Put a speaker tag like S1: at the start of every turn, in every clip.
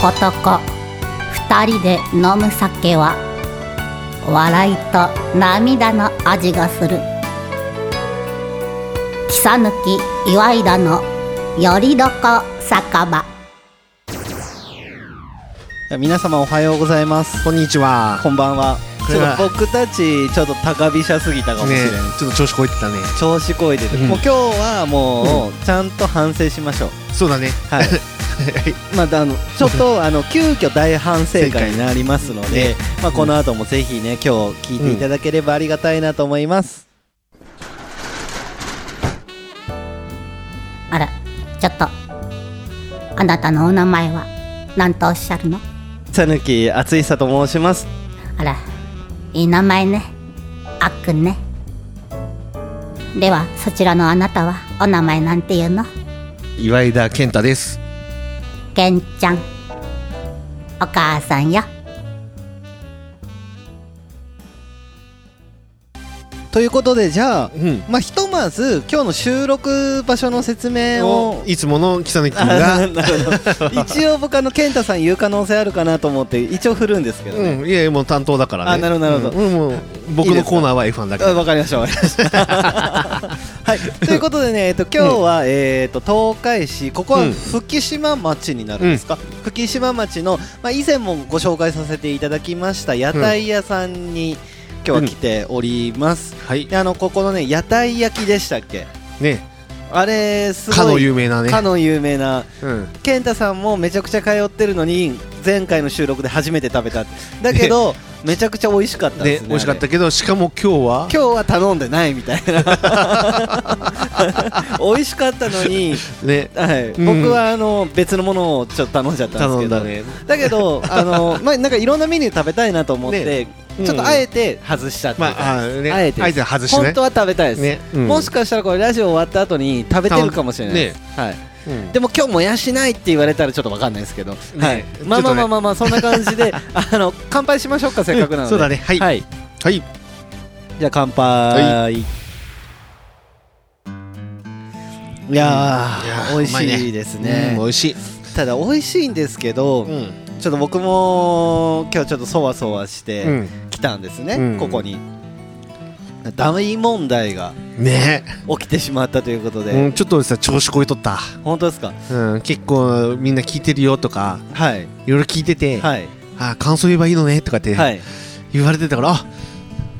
S1: 男二人で飲む酒は笑いと涙の味がする木さぬき岩井田のよりどこ酒場
S2: 皆様おはようございます
S3: こんにちは。
S2: こんばんは
S3: こ
S2: ち
S3: れ
S2: ょっ
S3: は
S2: と僕たちちょっと高飛車すぎたかもしれな
S3: ね
S2: い、、
S3: ちょっと調子こいてたね。
S2: 調子こいでて、
S3: うん
S2: もう今日はもう、ちゃんと反省しましょう
S3: そうだね。
S2: はいまあ、あのちょっとあの急遽大反省会になりますので、まあ、この後もぜひね今日聞いていただければありがたいなと思います、
S1: あらちょっとあなたのお名前は何とおっしゃるの
S2: さぬきあついさと申します
S1: あらいい名前ねあっくんねではそちらのあなたはお名前なんていうの
S3: 岩井田健太です。
S1: けんちゃんお母さんよ
S2: ということでじゃあ、
S3: うん。
S2: まあ、ひとまず今日の収録場所の説明を
S3: いつもの木更木君
S2: あ
S3: が。
S2: なるほど 一応僕あの健太さん言う可能性あるかなと思って一応振るんですけどね、
S3: うん、いやいやもう担当だからね。
S2: あなるほどなるほど
S3: うん、うんもう僕
S2: いいで
S3: の
S2: すか
S3: コーナーは F1 だけ
S2: あ
S3: ど。
S2: わかりましたわかりました はいということでねえっと今日は、えっと東海市ここは
S3: うん
S2: 福島町になるんですか、福島町のまあ以前もご紹介させていただきました屋台屋さんに今日は来ております、
S3: はい。
S2: であのここのね屋台焼きでしたっけ
S3: ね、
S2: あれすごい
S3: かの有名なね。
S2: かの有名な
S3: うん。
S2: 健太さんもめちゃくちゃ通ってるのに前回の収録で初めて食べただけ どめちゃくちゃ美味しかったで
S3: ね
S2: す、ね
S3: 美味しか
S2: あ
S3: っ
S2: れ
S3: たけど、しかも今日は。
S2: 今日は頼んでないみたい な美味しかったのに、
S3: ね、
S2: はい
S3: うん
S2: 僕はあの別のものをちょっと頼んじゃったんですけど
S3: 頼んだね。
S2: だけどあ の、まあ、なんかいろんなメニュー食べたいなと思って、
S3: うん
S2: ちょっとあえて外しちゃって、
S3: まあ、あーね、
S2: あえて
S3: あえて外して
S2: 本
S3: ね
S2: 当。は食べたいです、
S3: ね、うん
S2: もしかしたらこれラジオ終わった後に食べてるかもしれないです、はい、
S3: うん
S2: でも今日もやしないって言われたらちょっとわかんないですけど、はい
S3: ね、
S2: まあ
S3: ち
S2: ま
S3: ょ
S2: あ
S3: っとね
S2: まあまあまあそんな感じ であの乾杯しましょうかせっかくなので、
S3: そうだね。はい。
S2: はい
S3: はい。
S2: じゃあ乾杯、、
S3: はい
S2: や
S3: いや
S2: ー
S3: ー
S2: 美
S3: うまい
S2: 味しいです
S3: うん
S2: ね
S3: 美味しい。
S2: ただ美味しいんですけど、
S3: ん。
S2: ちょっと僕も今日ちょっとそわそわして
S3: う
S2: 来たんですね、
S3: うん
S2: ここに大問題が
S3: ん。ね。
S2: 起きてしまったということで、
S3: うん、ちょっとさ、調子こいとった。
S2: 本当ですか
S3: うん、結構みんな聞いてるよとか
S2: はい
S3: いろいろ聞いてて、
S2: はい
S3: あー感想言えばいいのねとかって
S2: はい
S3: 言われてたから、あ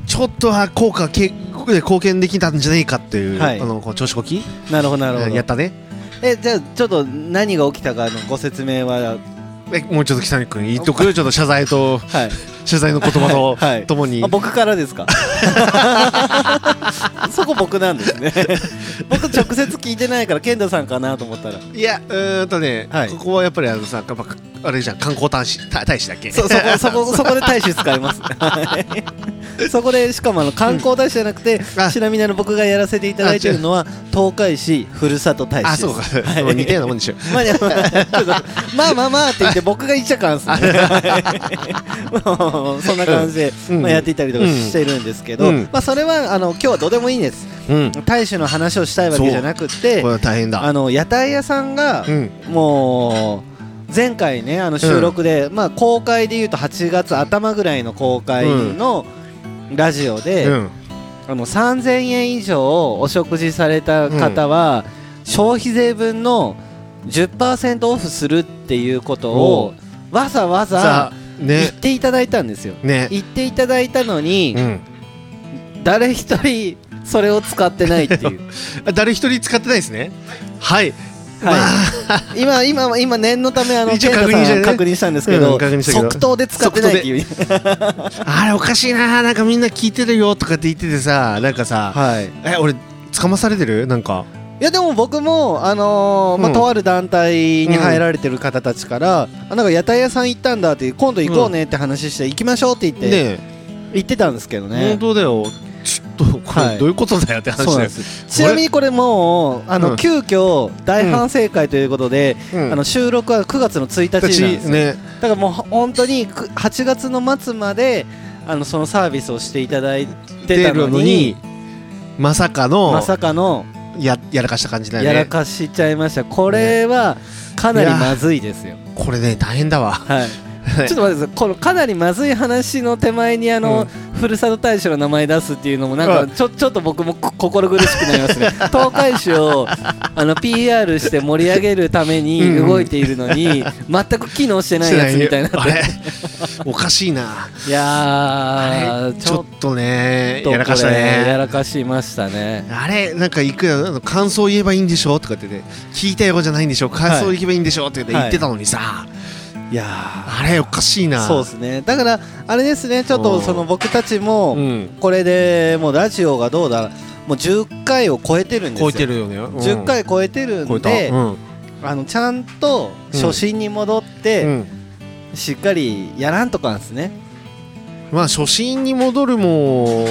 S3: ちょっとは効果け貢献できたんじゃないかっていう、
S2: はい
S3: あのこう調子こき
S2: なるほどなるほど
S3: やったね
S2: えじゃあちょっと何が起きたかのご説明は
S3: えもうちょっと北谷君言っとくよちょっと謝罪 と
S2: はい
S3: 謝罪の言葉と、
S2: はいはい
S3: ともに
S2: あ僕からですか そこ僕なんですね僕直接聞いてないから健太さんかなと思ったら
S3: いやうーんとね、
S2: はい
S3: ここはやっぱりあのさやっぱあれじゃん観光大使大大使だっけ
S2: そそこそこそこで大使使いますはいそこでしかもあの観光大使じゃなくて、
S3: あ
S2: ちなみにあの僕がやらせていただいてるのは東海市ふるさと大使
S3: あ
S2: です
S3: そうか、
S2: はい
S3: もう似たようなもんでしょ
S2: まあでもちょっとまあまあまあって言って僕が言っちゃかんっすね もうそんな感じで、
S3: うん
S2: まあ、やっていたりとかしてるんですけど、
S3: うん
S2: まあ、それはあの今日はどうでもいいんです
S3: うんこ
S2: 大衆の話をしたいわけじゃなくて
S3: れは大変だ
S2: あの屋台屋さんが、
S3: うん
S2: もう前回ねあの収録で、まあ、公開でいうと8月頭ぐらいの公開のラジオで、
S3: うん
S2: あの3000円以上お食事された方は、消費税分の10%オフするっていうことをわざわざ
S3: さ
S2: 言
S3: ね
S2: っていただいたんですよ。
S3: ね
S2: 言っていただいたのに
S3: うん
S2: 誰一人それを使ってないっていう、
S3: あ誰一人使ってないですね。はい。
S2: はい、今今今念のためあの
S3: 一
S2: 健
S3: 応
S2: 太
S3: 確認
S2: さ
S3: して
S2: ん
S3: ね
S2: 確認したんですけど,、
S3: うん確認したけど
S2: 即答で使ってないっていう、
S3: あれおかしいな。なんかみんな聞いてるよとかって言っててさ、なんかさ、
S2: はい、い
S3: え俺捕まされてる？なんか。
S2: やでも僕も、あのーまあ
S3: うん
S2: とある団体に入られてる方たちから、あなんか屋台屋さん行ったんだって今度行こうねって話して行きましょうって言って、
S3: ね
S2: 言ってたんですけど
S3: え、
S2: ね
S3: 本。当だよ。ちょっとこ
S2: はい
S3: れどういうことだよって
S2: そう
S3: 話
S2: なん
S3: だ
S2: で
S3: よ。
S2: すちなみにこれもうあの、
S3: うん
S2: 急遽大反省会ということで、
S3: うん
S2: あの収録は9月の1日なんですよ、
S3: ね。
S2: だからもう本当にく8月の末まであのそのサービスをしていただいて
S3: 出
S2: たの
S3: る
S2: に
S3: のにまさかの
S2: まさかの
S3: ややらかした感じだよ
S2: やら
S3: ね
S2: かしちゃいましたこれはかなりまずいですよ
S3: これね大変だわ
S2: はいちょっと待ってくださいこのかなりまずい話の手前にあの、ふるさと大使の名前出すっていうのもな
S3: うん
S2: かちょちょっと僕もこ心苦しくなり ますね東海市をあの PR して盛り上げるために動いているのに全く機能してないやつみたいな
S3: あれおかしいない
S2: や
S3: あれ
S2: ーち
S3: ちょ
S2: ょ
S3: っ
S2: っ
S3: とね
S2: と
S3: やらかした
S2: これや
S3: ね
S2: らかしましたね
S3: あれなんかいくらあの感想言えばいいんでしょとかってね聞いたよじゃないんでしょ感想言えばいいんでしょってね
S2: はい
S3: 言ってたのにさ
S2: いや
S3: あれおかしいな
S2: そうですねだからあれですねちょっ
S3: う
S2: と
S3: ん
S2: その僕たちも、
S3: うん
S2: これでもうラジオがどうだもう10回を超えてるんです
S3: 超
S2: よ
S3: えてるよねうん
S2: 10回超えてる
S3: 超え
S2: ん
S3: た
S2: で、
S3: うん
S2: あのちゃんと初心に戻って、
S3: うん
S2: しっかりやらんとかなんですね
S3: まあ初心に戻るも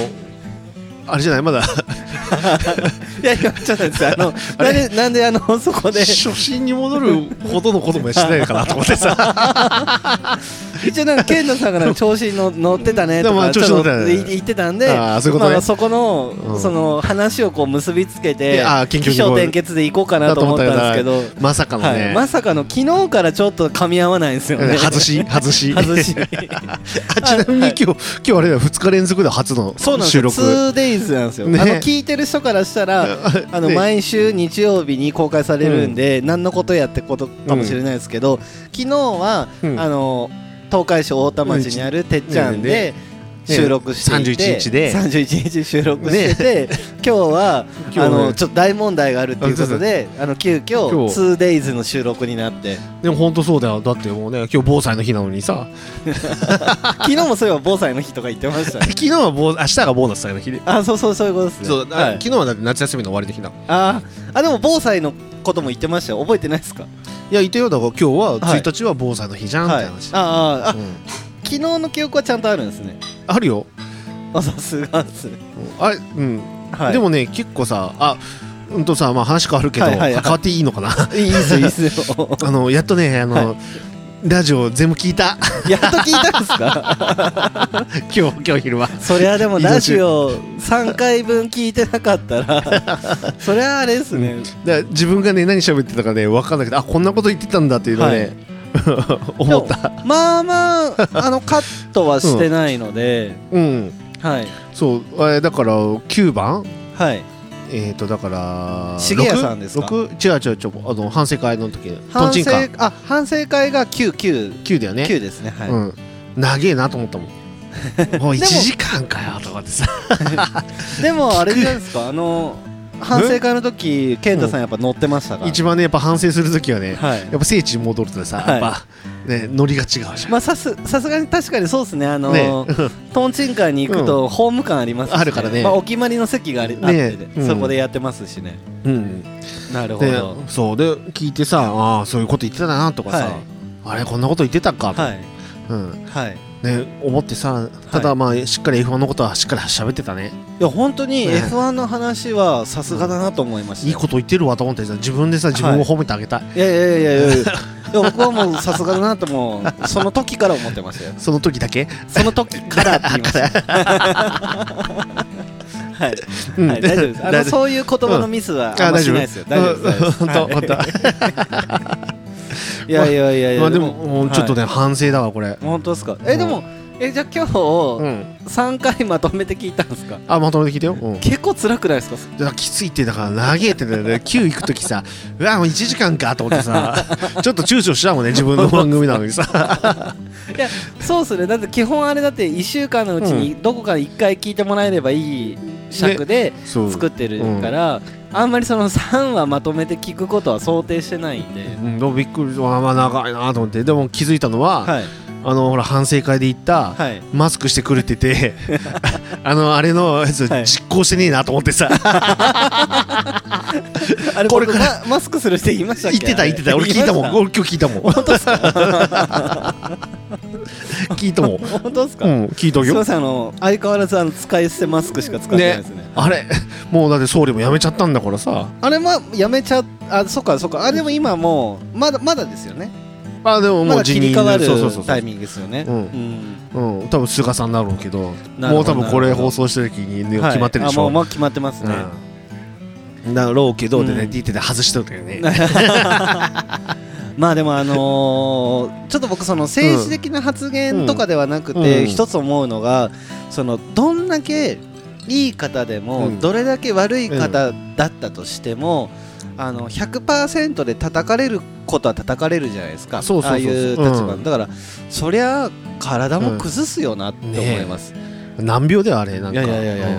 S3: あれじゃないまだ
S2: いやいやちょっと待ってくださいあのなんでなんであのそ こで
S3: 初心に戻るほどのこともやしてないのかなと思っ てさ
S2: 一応なんか健太さんがなんか調子にの乗ってたねと
S3: でもま
S2: か
S3: あ
S2: ち
S3: 調
S2: ょっと
S3: 子乗ってたね
S2: 言言ってたんで
S3: あーそういうことね
S2: まあ、そこの,、
S3: うん
S2: その話をこう結びつけ
S3: い
S2: て
S3: やあー緊急
S2: 起
S3: 事項
S2: 承転結でいこうかなと思ったんですけど、
S3: まさかの
S2: はい、
S3: ね、
S2: まさかの昨日からちょっと噛み合わないんですよ
S3: う
S2: ね
S3: ん外し外 し
S2: 外し
S3: あ ちなみに今日今日あれだよ2日連続で初の
S2: そうなんです
S3: 収
S2: よ
S3: 録
S2: 2days なんですよ、
S3: ね
S2: あの聞いてる人からしたらあの
S3: ね
S2: 毎週日曜日に公開されるんで、何のことやってことかもしれないですけど、昨日は、
S3: うん
S2: あの東海市大田町にあるてっちゃんで
S3: ね
S2: 収録していて、
S3: 31日で
S2: 31日収録してて、今日は
S3: 今日ね
S2: あのちょっと大問題があるっていうことであの急遽
S3: 今日
S2: 2days の収録になって
S3: でも本当そうだよだってもうね今日防災の日なのにさ
S2: 昨日もそういえば防災の日とか言ってま したね
S3: 昨日は防明日がボーナス祭の日で
S2: あそうそうそういうことですね
S3: そう、あ
S2: はい
S3: 昨日はだって夏休みの終わりの日だ
S2: あーあでも防災のことも言ってましたよ覚えてないですか
S3: いや言ったよだから今日は
S2: はい
S3: 1日は防災の日じゃんって
S2: はい
S3: 話、
S2: あーあーあ
S3: うん
S2: 昨日の記憶はちゃんとあるんですね
S3: あるよ
S2: あさすがっす
S3: あれうん
S2: はい
S3: でもね結構さあうんとさまあ話変わるけど、
S2: はいはいはい
S3: 変わっていいのかな
S2: いいっすよいいっす よ
S3: あのやっとねあの、
S2: は
S3: ラジオ全部聞いた
S2: やっと聞いたんですか
S3: 今日今日昼間
S2: そりゃでもラジオ3回分聞いてなかったらそりゃあれですね
S3: だから自分がね何喋ってたかね分かんなくてあこんなこと言ってたんだっていうのをね、 思った
S2: でもまあまああのカットはしてないので、
S3: うん
S2: はい
S3: そうあれだから9番
S2: はい
S3: えっ、ー、とだから
S2: 茂谷さんですか
S3: 六六違う違う違うあの反省会の時とん
S2: 反
S3: ちん
S2: 省
S3: か
S2: あ反省会が999
S3: 9だよね
S2: ですねはい、
S3: うん長えなと 思ったもんもう1
S2: でも
S3: 時間かよとかってさ
S2: でもあれじゃないですかあの反省会の時健太さんやっぱ乗ってましたから
S3: 一番ねやっぱ反省する時はね
S2: はい
S3: やっぱ聖地に戻るとさ、
S2: はい
S3: やっぱねノリが違うじゃん、
S2: まあさすさすがに確かにそうですねあの
S3: ね
S2: トンチンカンに行くとホーム感ありますし
S3: あるからね
S2: まあ、お決まりの席があり、あって
S3: ね
S2: ね
S3: うん
S2: そこでやってますしね
S3: うん
S2: なるほ
S3: で
S2: ど
S3: そうで聞いてさああそういうこと言ってたなとかさ、
S2: はい
S3: あれこんなこと言ってたかと、
S2: はい
S3: うん
S2: はいい
S3: ね、思ってさただまあしっかり F1 のことはしっかり喋ってたね
S2: や本当に
S3: ね
S2: F1 の話はさすがだなと思いました
S3: いいこと言ってるわと思ってさ自分でさ自分を褒めてあげたい、
S2: いやいやいやい やいやいや僕はもうさすがだなともうその時から思ってましたよ
S3: その時だけ、
S2: その時からって言いました はい
S3: うん
S2: はい、大丈夫です。あのそういう言葉のミスはあんましないですよ。大丈夫です。
S3: 本当
S2: は
S3: 本当
S2: いいやいやいやいや。
S3: まあでももうちょっと
S2: ね。
S3: ね、反省だわこれ
S2: 本当ですか。えでもえじゃあ今
S3: う
S2: 日
S3: ん
S2: 三回まとめて聞いたんですか。
S3: あまとめて聞いてよ、うん、
S2: 結構辛くないですか。
S3: だからきついってだから長えってんだ よね9行く時さうわもう1時間かと思ってさ ちょっと躊躇したもんね自分の番組なのにさ
S2: いやそうですね。だって基本あれだって一週間のうちにどこか一回聞いてもらえればいい尺で
S3: そう
S2: 作ってるから、あんまりその三話まとめて聞くことは想定してないんで。
S3: うん、でもびっくりまあまあ長いなと思ってでも気づいたのは、
S2: はい
S3: あのほら反省会で行った、
S2: はい。
S3: マスクしてくれ ててあのあれのやつ
S2: はい
S3: 実行してねえなと思ってさ、
S2: あれ
S3: こ
S2: こ
S3: れ
S2: れ
S3: か
S2: マスクする人いましたっけ。
S3: 言ってた言ってた俺聞いたもん
S2: ん。
S3: 俺今日聞いたもん 聞いたもん、う
S2: 本当ですか。
S3: ん、聞いた
S2: すみま
S3: よ
S2: せんあの相変わらずあの使い捨てマスクしか使ってないですね
S3: あれ もうだって総理も辞めちゃったんだからさ
S2: あれはやめちゃあそっかそっかあでも今もうまだまだですよね
S3: あでも
S2: ま
S3: も
S2: だ
S3: う辞
S2: 切
S3: 任
S2: り替わる
S3: そうそうそうそう
S2: タイミングですよね
S3: うんうん、多分菅さんだろうけど
S2: なる
S3: もう
S2: ほ
S3: 多
S2: ど
S3: 分これ
S2: なるほど
S3: 放送してる時に、ね
S2: はい
S3: 決まってるでし
S2: あ
S3: ょ
S2: もうもう決まってますね、
S3: うんだろうけどでね、
S2: うん
S3: D ってて外しとったよね
S2: まあでもあのー ちょっと僕その政治的な発言とかではなく
S3: うんう
S2: て
S3: ん
S2: 一つ思うのがそのどんだけいい方で
S3: う
S2: も
S3: ん
S2: どれだけ悪い方だったとしてもあの100%で叩かれることは叩かれるじゃないですか
S3: そうそう
S2: ああ
S3: そう
S2: い
S3: そう
S2: う立
S3: う
S2: 場
S3: ん
S2: だからそりゃ体も崩すよなって思います
S3: 難病ではあれなんか
S2: いやいやいやいやいや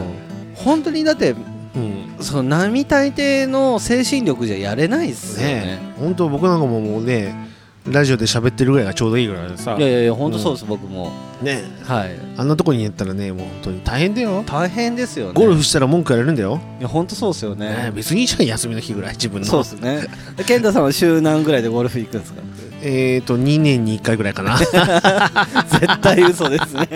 S2: 本当にだって
S3: うんうん
S2: その並大抵の精神力じゃやれないっすよ
S3: ね
S2: ね
S3: 本当僕なんかももうねラジオで喋ってるぐらいがちょうどいいぐらいでさ
S2: いやいやいや本当そうです僕も
S3: ね
S2: はい
S3: あんなとこにやったらねもう本当に大変だよ
S2: 大変ですよね
S3: ゴルフしたら文句やれるんだよ、
S2: いや本当そうですよね
S3: ね、別にいいじゃん休みの日ぐらい自分の
S2: そうですね健太さんは週何ぐらいでゴルフ行くんですか
S3: えーと2年に1回ぐらいかな
S2: 絶対嘘ですね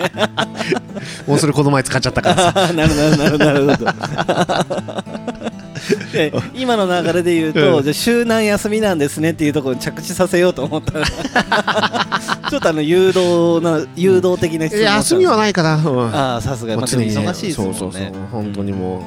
S3: もうそれこの前使っちゃったから さ
S2: あー なるなるなるなるほ どで今の流れで言うと、
S3: うん
S2: じゃあ週何休みなんですねっていうところに着地させようと思ったら ちょっとあの誘導な誘導的な質問を
S3: 休みはないかな、うん
S2: ああさすが、まあ、でも忙しいですもんね
S3: そうそうそう本当にも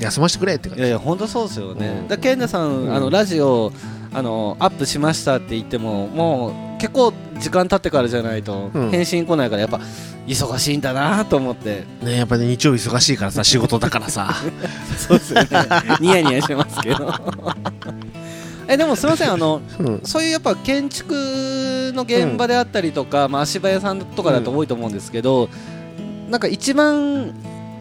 S3: う、休ませてくれって感
S2: い
S3: じ
S2: やいや本当そうですよね
S3: う。ん
S2: だ健太さん、
S3: うん
S2: あのラジオあのアップしましたって言ってももう結構時間経ってからじゃないと、
S3: うん
S2: 返信来ないからやっぱ忙しいんだなと思って
S3: ねやっぱり、日曜日忙しいからさ仕事だからさ
S2: そうですよねニヤニヤしてますけど えでもすいませんあの
S3: うん
S2: そういうやっぱ建築の現場であったりとか、まあ、足場屋さんとかだと多いと思うんですけど、なんか一番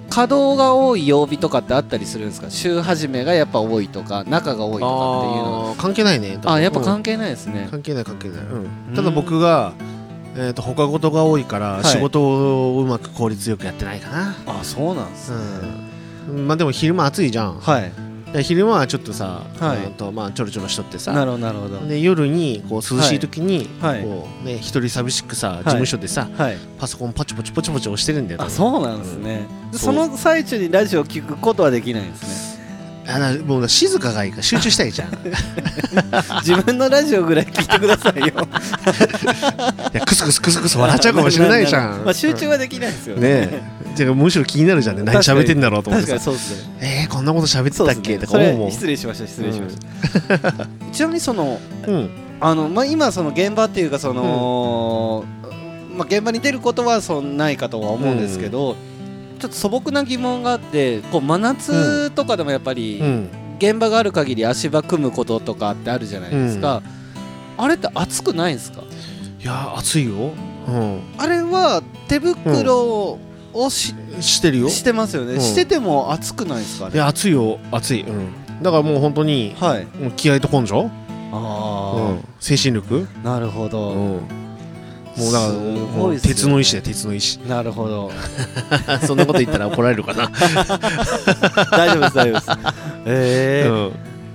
S2: 稼働が多い曜日とかってあったりするんですか週始めがやっぱ多いとか中が多いとかっていうのは
S3: あー関係ないね
S2: あやっぱ
S3: 関
S2: 関係ないですね、
S3: 関係ない関係ない、うん
S2: うん
S3: ただ僕が、えー、と他事が多いから
S2: い
S3: 仕事をうまく効率よくやってないかな、
S2: あそうなんです
S3: うんまあでも昼間暑いじゃん、
S2: はい
S3: で昼間はちょっとさ、
S2: はい
S3: うんとまあ、ちょろちょろしとって
S2: な
S3: さ
S2: るほどなるほど
S3: で夜にこう涼しい時に、
S2: はい
S3: こうね、一人寂しくさ事務所でさ、
S2: はい
S3: パソコンパチパチパチパチ押してるんだよ
S2: あそうなんですね、で
S3: そ
S2: そうの最中にラジオ聞くことはできないん ですね
S3: あなもう静かがいいから集中したいじゃんい
S2: 自分のラジオぐらい聞いてください よ
S3: やクスクスクスクス笑っちゃうかもしれな いじゃん
S2: まあ、集中はできないですよ
S3: うん
S2: ね
S3: ねえじゃあむしろ気になるじゃんね何
S2: 確かに
S3: 喋ってんだろうと思っ
S2: 確
S3: て
S2: かに
S3: さ
S2: そうですね
S3: えー、こんなこと喋ってたっ
S2: そ
S3: け、
S2: うですね
S3: とか思うも
S2: そ
S3: ん
S2: れ失礼しました失礼しましたちなみにその
S3: うん
S2: あの、まあ、今その現場っていうかその、まあ、現場に出ることはそんないかとは思うんですけど、ちょっと素朴な疑問があってこう真夏とかでもやっぱり
S3: うん
S2: 現場がある限り足場組むこととかってあるじゃないですか、あれって暑くないんですか
S3: いや暑いよ、う
S2: あれは手袋をし,、
S3: ん、してるよ
S2: してますよね、
S3: うん
S2: してても暑くないですかあ
S3: い
S2: れ
S3: や暑いよ暑い、うん、だからもう本当に
S2: はい
S3: もう気合と根性、
S2: あ
S3: う
S2: あ、
S3: ん、精神力、
S2: なるほど、
S3: うん、もうだから
S2: す
S3: も
S2: ごいうっすよね
S3: 鉄の意志だよ鉄の 意志
S2: なるほど
S3: そんなこと言ったら怒られるかな、
S2: 大丈夫です大丈夫ですええ
S3: うん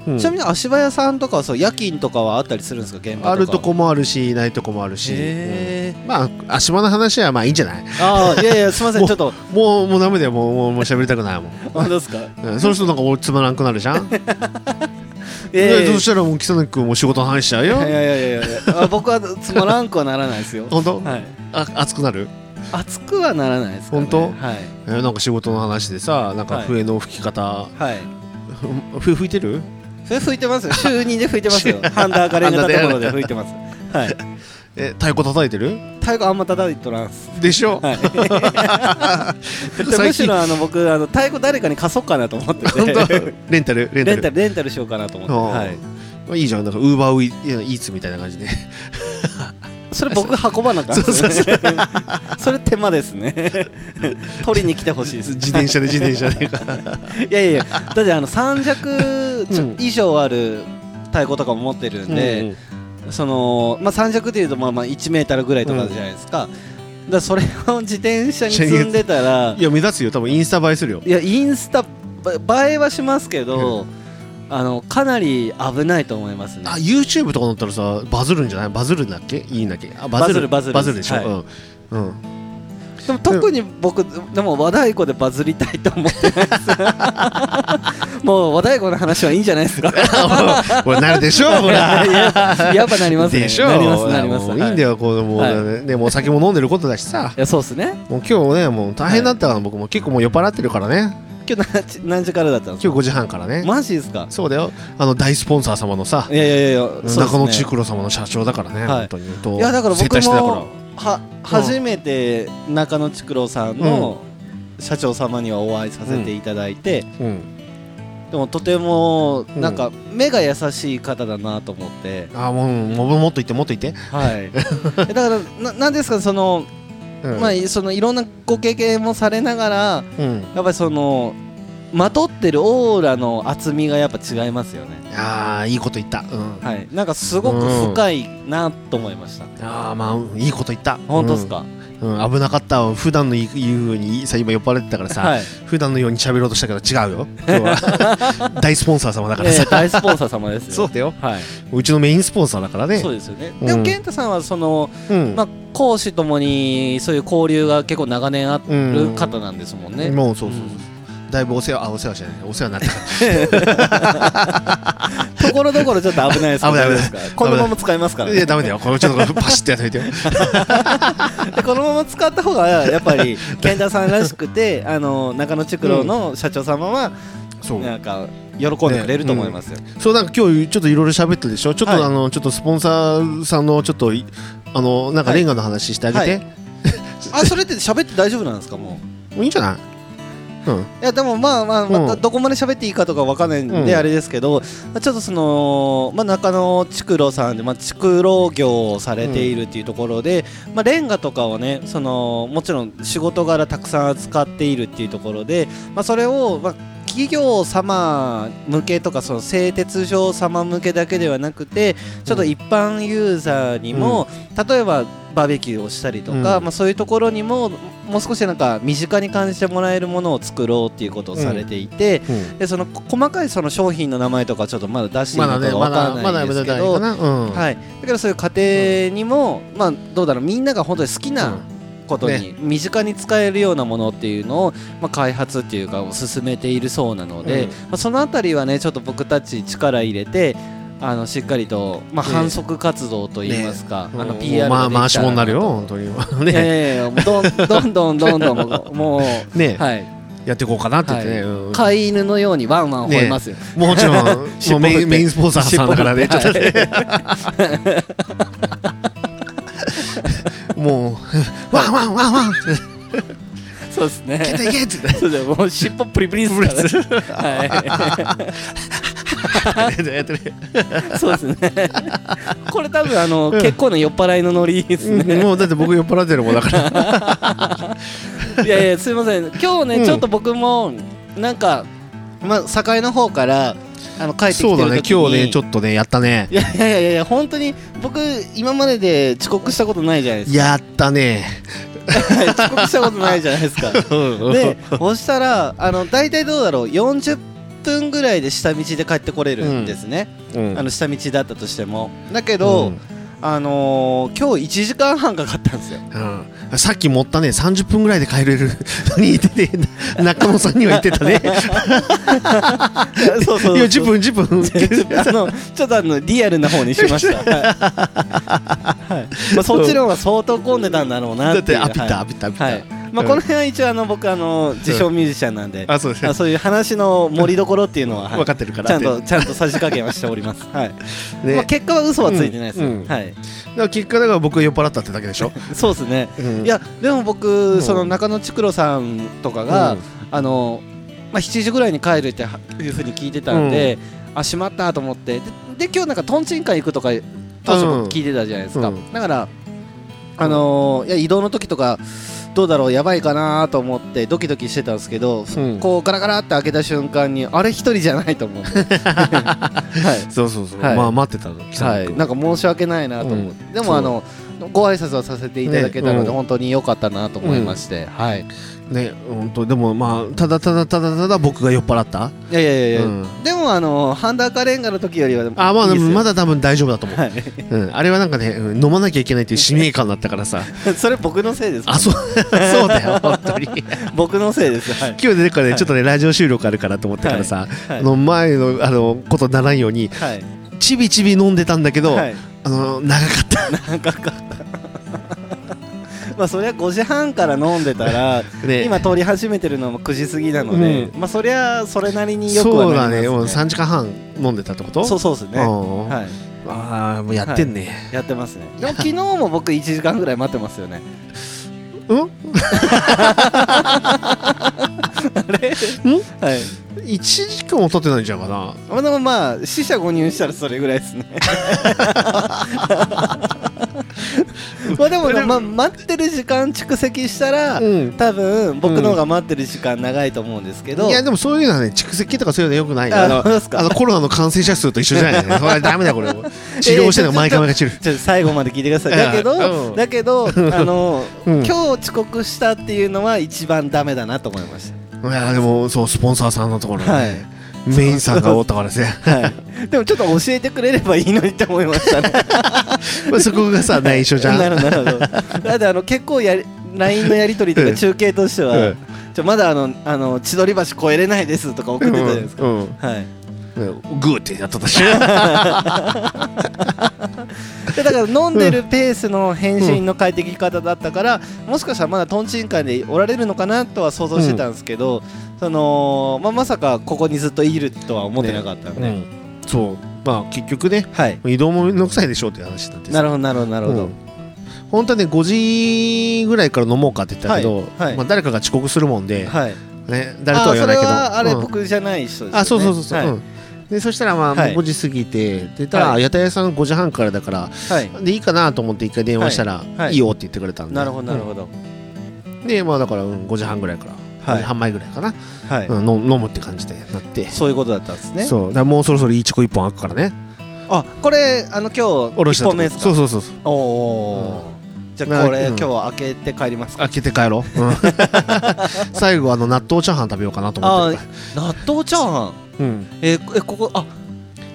S3: うん
S2: ちなみに足早さんとかはそう夜勤とかはあったりするんですか現場とか
S3: あるとこもあるしないとこもあるし、
S2: へ
S3: うんまあ足場の話はまあいいんじゃない
S2: えああいやいやすみません
S3: もう
S2: ちょっと
S3: もうもうダメだよもうもうもう喋りたくないもん、
S2: 本当です か
S3: うん、そうするとなんか俺つまらんくなるじゃん、
S2: え
S3: でそしたらもう木曽根君も仕事の話しちゃう
S2: い
S3: よ
S2: やいやいやいやいやあ僕はつまらんくはならないですよ
S3: 本当、
S2: はい
S3: あ熱くなる、
S2: 熱くはならないですか、ね、
S3: 本当
S2: はい
S3: えーなんか仕事の話でさなんか
S2: はい
S3: 笛の吹き方、
S2: はい
S3: ふ笛吹いてる
S2: 笛吹いてますよ週2で吹いて ますよハンダーガレーの建物で吹いてますはい
S3: え太鼓叩いてる
S2: 太鼓あんま叩いとらんす
S3: で しょ、
S2: はいむ
S3: 最
S2: し
S3: 近
S2: ろあの僕あの太鼓誰かに貸そうかなと思ってて
S3: 本当レンタルレンタ
S2: レ
S3: ル
S2: ンタルレンタルしようかなと思っ
S3: あ
S2: て、
S3: ー
S2: はい、
S3: いいじゃんなんかウーバーウイイーツみたいな感じで
S2: それ僕運ばなかったですねそれ手間ですね取りに来てほしいです
S3: 自転車で自転車で
S2: いやいやいやだってあの3尺ちょ
S3: うん
S2: 以上ある太鼓とかも持ってるんで、そのまあ3尺でいうとまあまあ1メートルぐらいとかじゃないですか、だからそれを自転車に積んでたら
S3: いや目立つよ多分インスタ映えするよ
S2: いやインスタば映えはしますけど、あのかなり危ないと思いますね
S3: あ YouTube とか載ったらさバズるんじゃないバズるんだっけいいんだっけあバズる
S2: バズる
S3: バ
S2: バ
S3: ズ
S2: ズるで
S3: るでし
S2: す
S3: ょ、
S2: はい
S3: うん うん
S2: でも特に僕、でも和太鼓でバズりたいと思ってないです もう和太鼓の話はいいんじゃないですか
S3: あもうなるでしょ ほら
S2: やっぱなりますね
S3: でしょ
S2: なりますなります
S3: もういいんだ
S2: よ、
S3: よこうもう、
S2: は
S3: ねもうお酒も飲んでることだしさ
S2: はいいやそうっすね
S3: もう今日ねもう大変だったから、僕も結構もう酔っ払ってるからね
S2: 今日何時何時からだったんです
S3: 今日5時半からね、
S2: かマジですか
S3: そうだよあの大スポンサー様のさ、
S2: いやいやいやいやそうですね
S3: 中野中黒様の社長だからね、
S2: はい
S3: 本当にと
S2: いやだから
S3: 接
S2: 僕
S3: 待してたから
S2: もは初めて中野千九郎さんの社長様にはお会いさせていただいて、
S3: うん、
S2: でもとても
S3: うん
S2: なんか目が優しい方だなと思って、
S3: あもうももっと言ってもっと言って、
S2: はい だからななんですかその、
S3: うん
S2: まあそのいろんなご経験もされながら
S3: うん、
S2: やっぱりそのまとってるオーラの厚みがやっぱ違いますよね
S3: ああいいこと言った、うん、
S2: はいなんかすごく深いなと思いました、
S3: ああまあうんいいこと言った
S2: 本当です、か、
S3: うんうん、危なかった普段の言うふうにさ今酔っ払ってたからさ、
S2: はい、
S3: 普段のように喋ろうとしたけど違 うよ今日は 大スポンサー様だから
S2: え
S3: さ、
S2: え大スポンサー様ですよ
S3: そうだよ
S2: はいう
S3: ちのメインスポンサーだからね
S2: そうですよね。で
S3: うん
S2: も健太さんはその、
S3: うん
S2: まあ講師ともにそういう交流が結構長年ある方なんですもんね。
S3: もうそうそうそうだいぶお世話あお世話じゃないお世話になって
S2: ところどころちょっと危ないですけど
S3: 危ない
S2: どうで
S3: 危ない
S2: すか。このまま使いますから、
S3: いや
S2: ね。
S3: ダメだよこれちょっとパシッとやってみてよ
S2: でこのまま使った方がやっぱ り健太さんらしくて、あの中野竹郎の社長様は
S3: そう
S2: なんか喜んでくれると思いますよ。
S3: そうなんか今日ちょっといろいろ喋ったでしょちょっと、
S2: はい
S3: あのちょっとスポンサーさんのちょっといあのなんか
S2: はい
S3: レンガの話してあげて、
S2: はあ、それって喋って大丈夫なんですかもう。
S3: もういいんじゃないうん
S2: いやでもまあまあまたどこまで喋っていいかとかわかんないん
S3: うん
S2: であれですけど、まあちょっとその、まあ、中野竹郎さんでまあ竹郎業をされているっていうところで、まあ、レンガとかをねそのもちろん仕事柄たくさん扱っているっていうところで、まあ、それを、まあ、企業様向けとかその製鉄所様向けだけではなくてちょっと一般ユーザーにも、例えばバーベキューをしたりとか、
S3: うん
S2: まあ、そういうところにももう少しなんか身近に感じてもらえるものを作ろうっていうことをされていて、
S3: うん
S2: でそのこ細かいその商品の名前とかちょっとまだ出していいの
S3: まだ
S2: か
S3: ね
S2: が
S3: ま
S2: わか
S3: だ
S2: ら
S3: ま
S2: な
S3: だ
S2: いんで
S3: まだ
S2: すけ
S3: だ
S2: ど、
S3: かなうん
S2: はい、だからそういう家庭にも、まあどうだろうみんなが本当に好きなことに、身近に使えるようなものっていうのを、まあ、開発っていうかを進めているそうなので、
S3: うん
S2: まあ、そのあたりはねちょっと僕たち力入れてあのしっかりと、まあ、
S3: ね
S2: 反則活動といいますか、あの
S3: うん
S2: PR
S3: まあ
S2: が
S3: 回
S2: でき
S3: した
S2: ら
S3: もにな
S2: と
S3: るよ本当に
S2: いやい
S3: ね
S2: やいやもうどんどんどんどんどんもうもう
S3: ね
S2: はい、
S3: やっていこうかなって言ってね、
S2: はい
S3: うん
S2: 飼い犬のようにワンワン吠えますよ、
S3: もちろん
S2: 尻
S3: も
S2: 尾
S3: うメ
S2: 振っ
S3: イ
S2: て
S3: ンメインスポンサーさんだからねち
S2: 尻
S3: ょ
S2: 尾
S3: っ
S2: 振
S3: と
S2: って
S3: ねもうワンワンワンワン
S2: そうですね
S3: いけいけって言って
S2: そうだよもう尻尾プリプリですからね、
S3: やってね
S2: はい、そうですねこれ多分あの、
S3: うん
S2: 結構な酔っ払いのノリですね、
S3: うんもうだって僕酔っ払ってるもんだから
S2: いやいやすいません今日ね、
S3: うん
S2: ちょっと僕もなんかまあ境の方からあの帰ってきてる時に
S3: そうだね今日ねちょ
S2: っと
S3: っとねやったね
S2: いやいやいやいや本当に僕今までで遅刻したことないじゃないですか
S3: やったね
S2: はい遅刻したことないじゃないですかで
S3: で
S2: そしたらあの大体どうだろう40分ぐらいで下道で帰ってこれるんですね、あの下道だったとしてもだけど、あのー今日1時間半かかったんです よ
S3: うんさっき持ったね30分ぐらいで帰れる のに言ってて中野さんには言ってた ね
S2: そうそうそう
S3: いや10分10分
S2: あのちょっとあのリアルな方にしま した、はいはいまあ、そっちの方が相当混んでたんだろうな
S3: だ
S2: っ
S3: って
S2: いう
S3: てあピッタ
S2: は
S3: あピッタあピッ
S2: いはい
S3: タ
S2: まあ、この辺は一応あの僕あの自称ミュージシャンなんで、
S3: あそうですね
S2: あそういう話の盛りどころっていうのは、 はい
S3: 分かってるから
S2: ちゃん
S3: っ
S2: とちゃんとさじ加減はしております、はい
S3: てね
S2: まあ、結果は嘘はついてないですよ、
S3: うんうん
S2: はい
S3: だから結果だから僕が酔っ払ったってだけでしょ
S2: そうですね
S3: うん
S2: いやでも僕、
S3: ん
S2: その中野千黒さんとかが、
S3: うん
S2: あのまあ、7時ぐらいに帰るってはいうふうに聞いてたんで、あしまったと思ってでで今日なんかとんちんか行くとか当初
S3: うん
S2: も聞いてたじゃないですか、
S3: うん
S2: だから、あのーいや移動の時とかどうだろうやばいかなと思ってドキドキしてたんですけど、
S3: うん
S2: こうガラガラって開けた瞬間にあれ一人じゃないと思って、 はい
S3: そうそうそう
S2: はい
S3: まあ待ってたの
S2: はい、なんか申し訳ないなと思って、でもあのご挨拶はさせていただけたの
S3: ね
S2: で
S3: うん
S2: 本当に良かったなと思いまして、はいい
S3: ね本当でもまあただただただただ僕が酔っ払った
S2: やいやいや、
S3: うん
S2: でもあのハンダーカレンガの時よりは
S3: あまあ
S2: いい
S3: で
S2: です
S3: も
S2: よ
S3: まだ多分大丈夫だと思う
S2: はい
S3: うんあれはなんかねうん飲まなきゃいけないっていう使命感だったからさ
S2: それ僕のせいです
S3: あそう そうだよ本当に
S2: 僕のせいですはい
S3: 今日ねだからねちょっとねラジオ収録あるからと思ったからさ
S2: はい
S3: あの前のあのことにならんように
S2: はい
S3: ちびち び飲んでたんだけど
S2: は
S3: あ
S2: い
S3: の長かった
S2: まあそりゃ5時半から飲んでたら、
S3: ね
S2: 今通り始めてるのも9時過ぎなので、まあそりゃそれなりによくは
S3: そうだ
S2: なり
S3: ねもう
S2: ますね
S3: 3時間半飲んでたってこと
S2: そうそうですね、
S3: うん
S2: は
S3: ああもうやってんね、
S2: い、やってますねでも昨日も僕1時間ぐらい待ってますよね
S3: うん
S2: あれはい
S3: 1時間も経ってないんじゃんかな
S2: まあでもまあ死者誤入したらそれぐらい ですねまあでも、まあ、待ってる時間蓄積したら、
S3: うん
S2: 多分僕の方が待ってる時間長いと思うんですけど、
S3: いやでもそういうのはね蓄積とかそういうのはよくないよ
S2: あ
S3: あの
S2: そうですか
S3: あのコロナの感染者数と一緒じゃな いよねそれはダメだこれ治療してるのが毎回毎回治療
S2: ちょっと最後まで聞いてください。
S3: うん
S2: だけど、
S3: うん
S2: だけ ど、あの、
S3: うん
S2: 今日遅刻したっていうのは一番ダメだなと思いまし
S3: いやでもそうスポンサーさんのところ、
S2: た。はい。
S3: メインさんがおったからですね
S2: はい。でもちょっと教えてくれればいいのにって思いましたね。
S3: まあそこがさ内緒じゃん
S2: なるほどなるほど。だってあの結構やり LINE のやり取りと
S3: う
S2: か
S3: ん
S2: 中継としては、
S3: うん
S2: ちょまだあのあの千鳥橋越えれないですとか送ってたじゃないですか。
S3: うんうん
S2: はい。
S3: グーってやっとったし
S2: でだから飲んでるペースの返信の快適方だったから、もしかしたらまだトンチンカンでおられるのかなとは想像してたんですけど、そのまあ、まさかここにずっといるとは思ってなかったんで、
S3: うんそうまあ結局ね
S2: はい
S3: 移動もめんどくさいでしょうっていう話になってさ
S2: なるほどなるほどなるほど、
S3: うん本当はね5時ぐらいから飲もうかって言ったけど、
S2: はいはい
S3: まあ、誰かが遅刻するもんで、
S2: はい
S3: ね、
S2: あ
S3: 誰とは言わないけど
S2: それはあれ、
S3: うん
S2: 僕じゃない人ですよね
S3: あそうそうそうそう、
S2: はい、
S3: うんでそしたらまあ
S2: はい
S3: 5時過ぎて、でた
S2: は
S3: ら屋台屋さん5時半からだから、
S2: はい
S3: でいいかなと思って一回電話したら、
S2: はい
S3: いいよって言ってくれたんで
S2: なるほどなるほど、
S3: うんでまあだから、うん、5時半ぐらいから、
S2: はい
S3: 5時半前ぐらいかな、
S2: はい、
S3: うん、飲飲むって感じでなって、
S2: そういうことだったんですね
S3: そうだからもうそろそろいいチコ1本開くからね
S2: あこれあの今日
S3: おろ
S2: 1
S3: したと
S2: 本
S3: こ
S2: 目ですか
S3: そうそうそうそう
S2: おおー、じゃあこれ、
S3: うん
S2: 今日は開けて帰りますか
S3: 開けて帰ろう、うん 最後あの納豆チャーハン食べようかなと思
S2: あ
S3: ってるか
S2: 納豆チャーハン
S3: らうん
S2: えーえここあ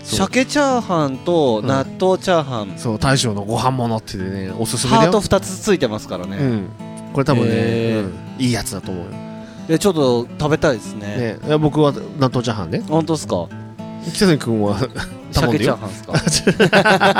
S3: そう
S2: 鮭チャーハンと
S3: うん
S2: 納豆チャーハン、
S3: そう大将のご飯物ってねおすすめだ
S2: ハー
S3: よ
S2: ト2つついてますから
S3: う
S2: ね、
S3: んこれ多分ね
S2: へー
S3: うんいいやつだと思うよ、
S2: えちょっと食べたいですね
S3: ね、いや僕は納豆チャーハンね
S2: 本当ですか
S3: 北谷君 は頼ん
S2: 鮭
S3: で
S2: チャー
S3: よ
S2: ハンですか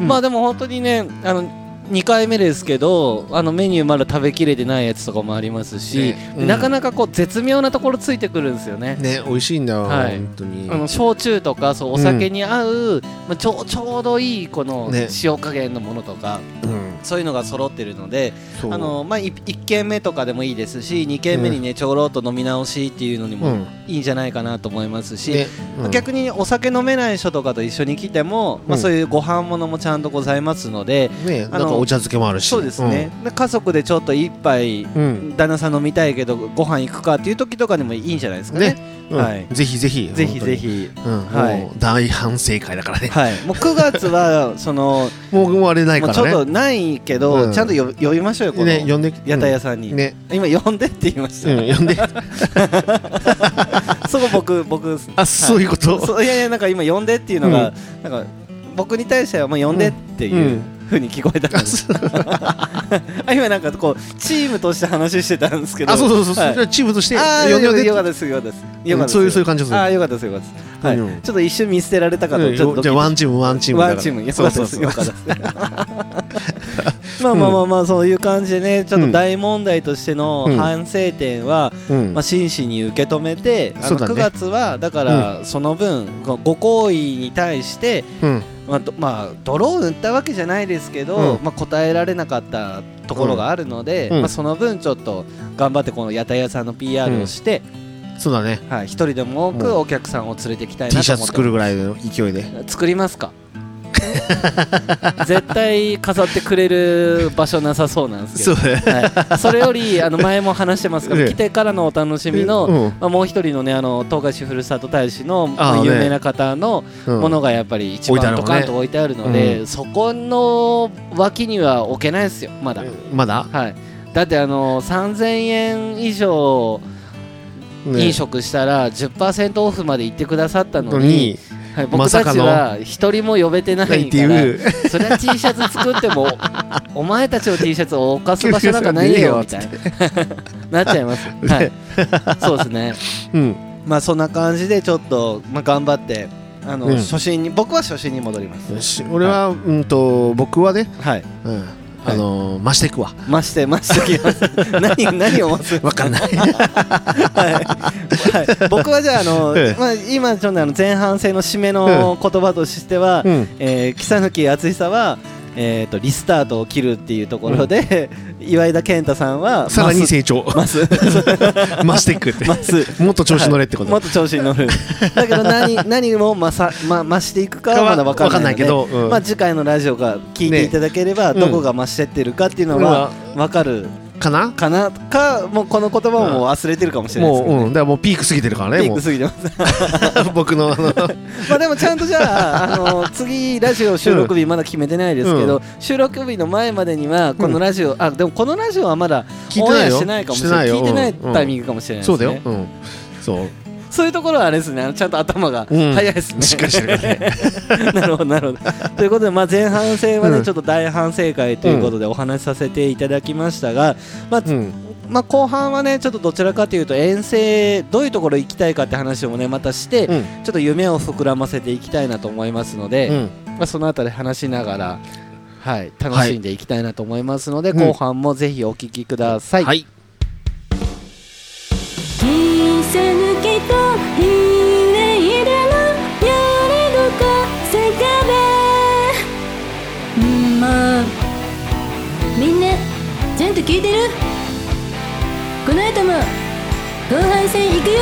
S2: まあでも本当にねあの2回目ですけどあのメニューまだ食べきれてないやつとかもありますし、
S3: ねうん
S2: なかなかこう絶妙なところついてくるんですよね
S3: ね美味しいんだよ、
S2: はい
S3: 本当に
S2: あの焼酎とかそうお酒に合う、まあ、ちょちょうどいいこの
S3: ね
S2: 塩加減のものとか、
S3: うん
S2: そういうのが揃ってるので
S3: そう
S2: あの、まあ、い1軒目とかでもいいですし2軒目にねちょろっと飲み直しっていうのに
S3: う
S2: も
S3: ん
S2: いいんじゃないかなと思いますし、
S3: でうん
S2: 逆にお酒飲めない人とかと一緒に来ても、まあ、
S3: うん
S2: そういうご飯物もちゃんとございますので、
S3: ねなんか
S2: あの
S3: お茶漬けもあるし
S2: そうですね、で家族でちょっと一杯
S3: うん、うん
S2: 旦那さん飲みたいけどご飯行くかっていう時とかでもいいんじゃないですかね
S3: ね、
S2: はい
S3: ぜひぜひ
S2: ぜひぜ、ひ
S3: 本当にうん
S2: はい
S3: もう大反省会だからね、
S2: はいもう9月はその
S3: もうもうあれない
S2: も
S3: か
S2: うちょ
S3: ら
S2: っ
S3: ね
S2: とないけど、
S3: うん
S2: ちゃんとよ呼びましょうよこの、
S3: ね呼んで
S2: 屋台屋さんに、
S3: うんね
S2: 今呼んでって言いました、
S3: うん 呼んで
S2: そこ僕僕ですね
S3: あそういうこと、
S2: そういやいやなんか今呼んでっていうのが、なんか僕に対してはもう呼んでっていうう風に聞こえたん
S3: あ
S2: です、
S3: そう
S2: あ今なんかこうチームとして話してたんですけど
S3: あそうそうそう、
S2: はい
S3: じゃあチームとして
S2: あー
S3: 呼んで呼んで
S2: よかったですよかったですよかったです
S3: そういうそういう感じです
S2: ああよかったですよかったです、はい
S3: うん
S2: ちょっと一瞬見捨てられたかとちょっと
S3: じゃあワンチームワンチームだ
S2: ワ
S3: から
S2: ンチームよか
S3: そ
S2: っ
S3: う
S2: た
S3: そ
S2: で
S3: う
S2: す
S3: そう
S2: よかったです まあまあまあまあそういう感じでねちょっと大問題としての
S3: うん
S2: 反省点は、
S3: うん
S2: まあ、真摯に受け止めて、あ
S3: そ
S2: の
S3: うだね
S2: 9月はだからその分、ごご行為に対して、
S3: うん
S2: まあどまあ、泥を塗ったわけじゃないですけど、
S3: うん
S2: まあ、答えられなかったところがあるので、
S3: うんうん
S2: まあ、その分ちょっと頑張ってこの屋台屋さんの PR をして、
S3: そうだね
S2: はい、一人でも多
S3: う
S2: くお客さんを連れてきたいな
S3: T シ
S2: と
S3: ャ
S2: 思
S3: ツ
S2: って
S3: 作るぐらいの勢いで
S2: 作りますか 絶対飾ってくれる場所なさそうなんですけど
S3: だね
S2: はい、それよりあの前も話してますが
S3: ええ
S2: 来てからのお楽しみの、
S3: うん
S2: まあ、もう一人のねあの東海市ふるさと大使のまあ
S3: ああね
S2: 有名な方の
S3: うん
S2: ものがやっぱり一
S3: 置いてあ
S2: 番
S3: るも
S2: ド
S3: んね
S2: カンと置いてあるので、
S3: う
S2: そこの脇には置けないですよまだ、
S3: まだ
S2: はい、だってあの3000円以上
S3: ね
S2: 飲食したら10%オフまで行ってくださったの
S3: の
S2: に、
S3: に
S2: はい、
S3: ま
S2: 僕
S3: さ
S2: た
S3: か
S2: ち
S3: の
S2: は一人も呼べてないか
S3: ない
S2: ら
S3: っていう
S2: それは T シャツ作って もお前たちの T シャツを置かす場所なんかない よみたい ななっちゃいます、はい、そうですね
S3: うん
S2: まあそんな感じでちょっと、まあ、頑張ってあの、
S3: うん
S2: 初心に僕は初心に戻ります
S3: し俺は、うんと僕はね、
S2: はい
S3: うんあのー増していくわ
S2: ましてましてきます 何何をまず
S3: 分かんない
S2: はいはい、僕はじゃああの、
S3: ええ
S2: まあ、今ちょっとあの前半戦の締めの言葉としては、
S3: うん
S2: えー、北貫敦久は、えー、とリスタートを切るっていうところで、岩井田健太さんは
S3: さらに
S2: ます
S3: 成長
S2: ます
S3: 増してい くって
S2: ます
S3: もっ と調子乗れってこと
S2: もっと調子に乗るだけど 何何をまさ、ま、増していくかはまだ分からないので
S3: わかんないけどうん
S2: まあ、次回のラジオが聞いていただければ、
S3: ね
S2: どこが増してってるかっていうのは分かる
S3: かな
S2: かなかもうこの言葉も忘れてるかもしれないですけ
S3: もう
S2: ど、
S3: うんだからもうピーク過ぎてるから
S2: ピ
S3: ね
S2: ー
S3: も
S2: ク過ぎてます
S3: う僕の あの
S2: まあでもちゃんとじゃああの次ラジオ収録日まだ決めてないですけど、収録日の前までにはこのラジオ、あでもこのラジオはまだ
S3: 聞い
S2: オ
S3: て
S2: ンエ
S3: な
S2: アしてない
S3: いよ
S2: かもしれない
S3: よ
S2: 聞いてない
S3: うん
S2: タイミングかもしれないです
S3: そ
S2: ね、
S3: うだようんそう
S2: そういうところはあれですねあのちゃんと頭が
S3: うん
S2: 早いですね、
S3: しっかりしてるから
S2: なるほどなるほどということで、まあ、前半戦はね、
S3: うん
S2: ちょっと大反省会ということでお話しさせていただきましたが、まあ
S3: うん
S2: まあ、後半はねちょっとどちらかというと遠征どういうところ行きたいかって話をねまたして、
S3: う
S2: ちょ
S3: ん
S2: っと夢を膨らませていきたいなと思いますので、
S3: うん
S2: まあ、そのあたり話しながら、はい、楽しんでいきたいなと思いますので、
S3: うん
S2: 後半もぜひお聞きください。
S3: はい
S4: 「見せ抜きとひねいでの揺れ動かせかべ」「まあみんなちゃんと聞いてるこの後も後半戦行くよ」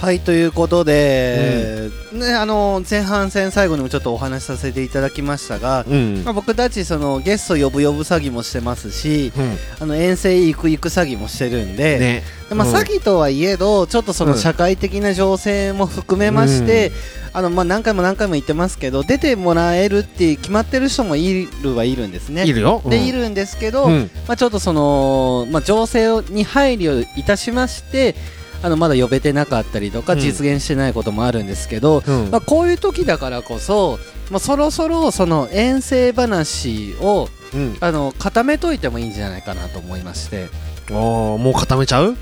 S2: はいということで、ね、あの前半戦最後にもちょっとお話しさせていただきましたが、
S3: うん
S2: まあ、僕たちそのゲスト呼ぶ呼ぶ詐欺もしてますし
S3: うん
S2: あの遠征行く行く詐欺もしてるんで。
S3: ね
S2: でまあ、
S3: うん
S2: 詐欺とはいえど、ちょっとその
S3: うん
S2: 社会的な情勢も含めまして、あのまあ、何回も何回も言ってますけど出てもらえるって決まってる人もいるはいるんですね。
S3: いるよ
S2: でいるんですけど、
S3: うん
S2: まあ、ちょっとその、まあ、情勢に配慮いたしましてあのまだ呼べてなかったりとか
S3: うん
S2: 実現してないこともあるんですけど、
S3: うん
S2: まあ、こういう時だからこそ、まあ、そろそろその遠征話を
S3: うん
S2: あの固めといてもいいんじゃないかなと思いまして
S3: おーもう固めちゃう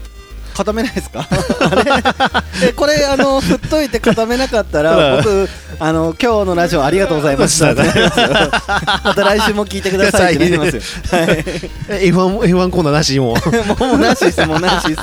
S2: 固めないですか あれえこれあの振っといて固めなかったら
S3: うん
S2: 僕あの今日のラジオありがとうございましたってなりますよ また来週も聞いてくださいってなりますよ。はい
S3: え F1, F1 コーナーな しもう
S2: もうなしですもうなしです
S3: いや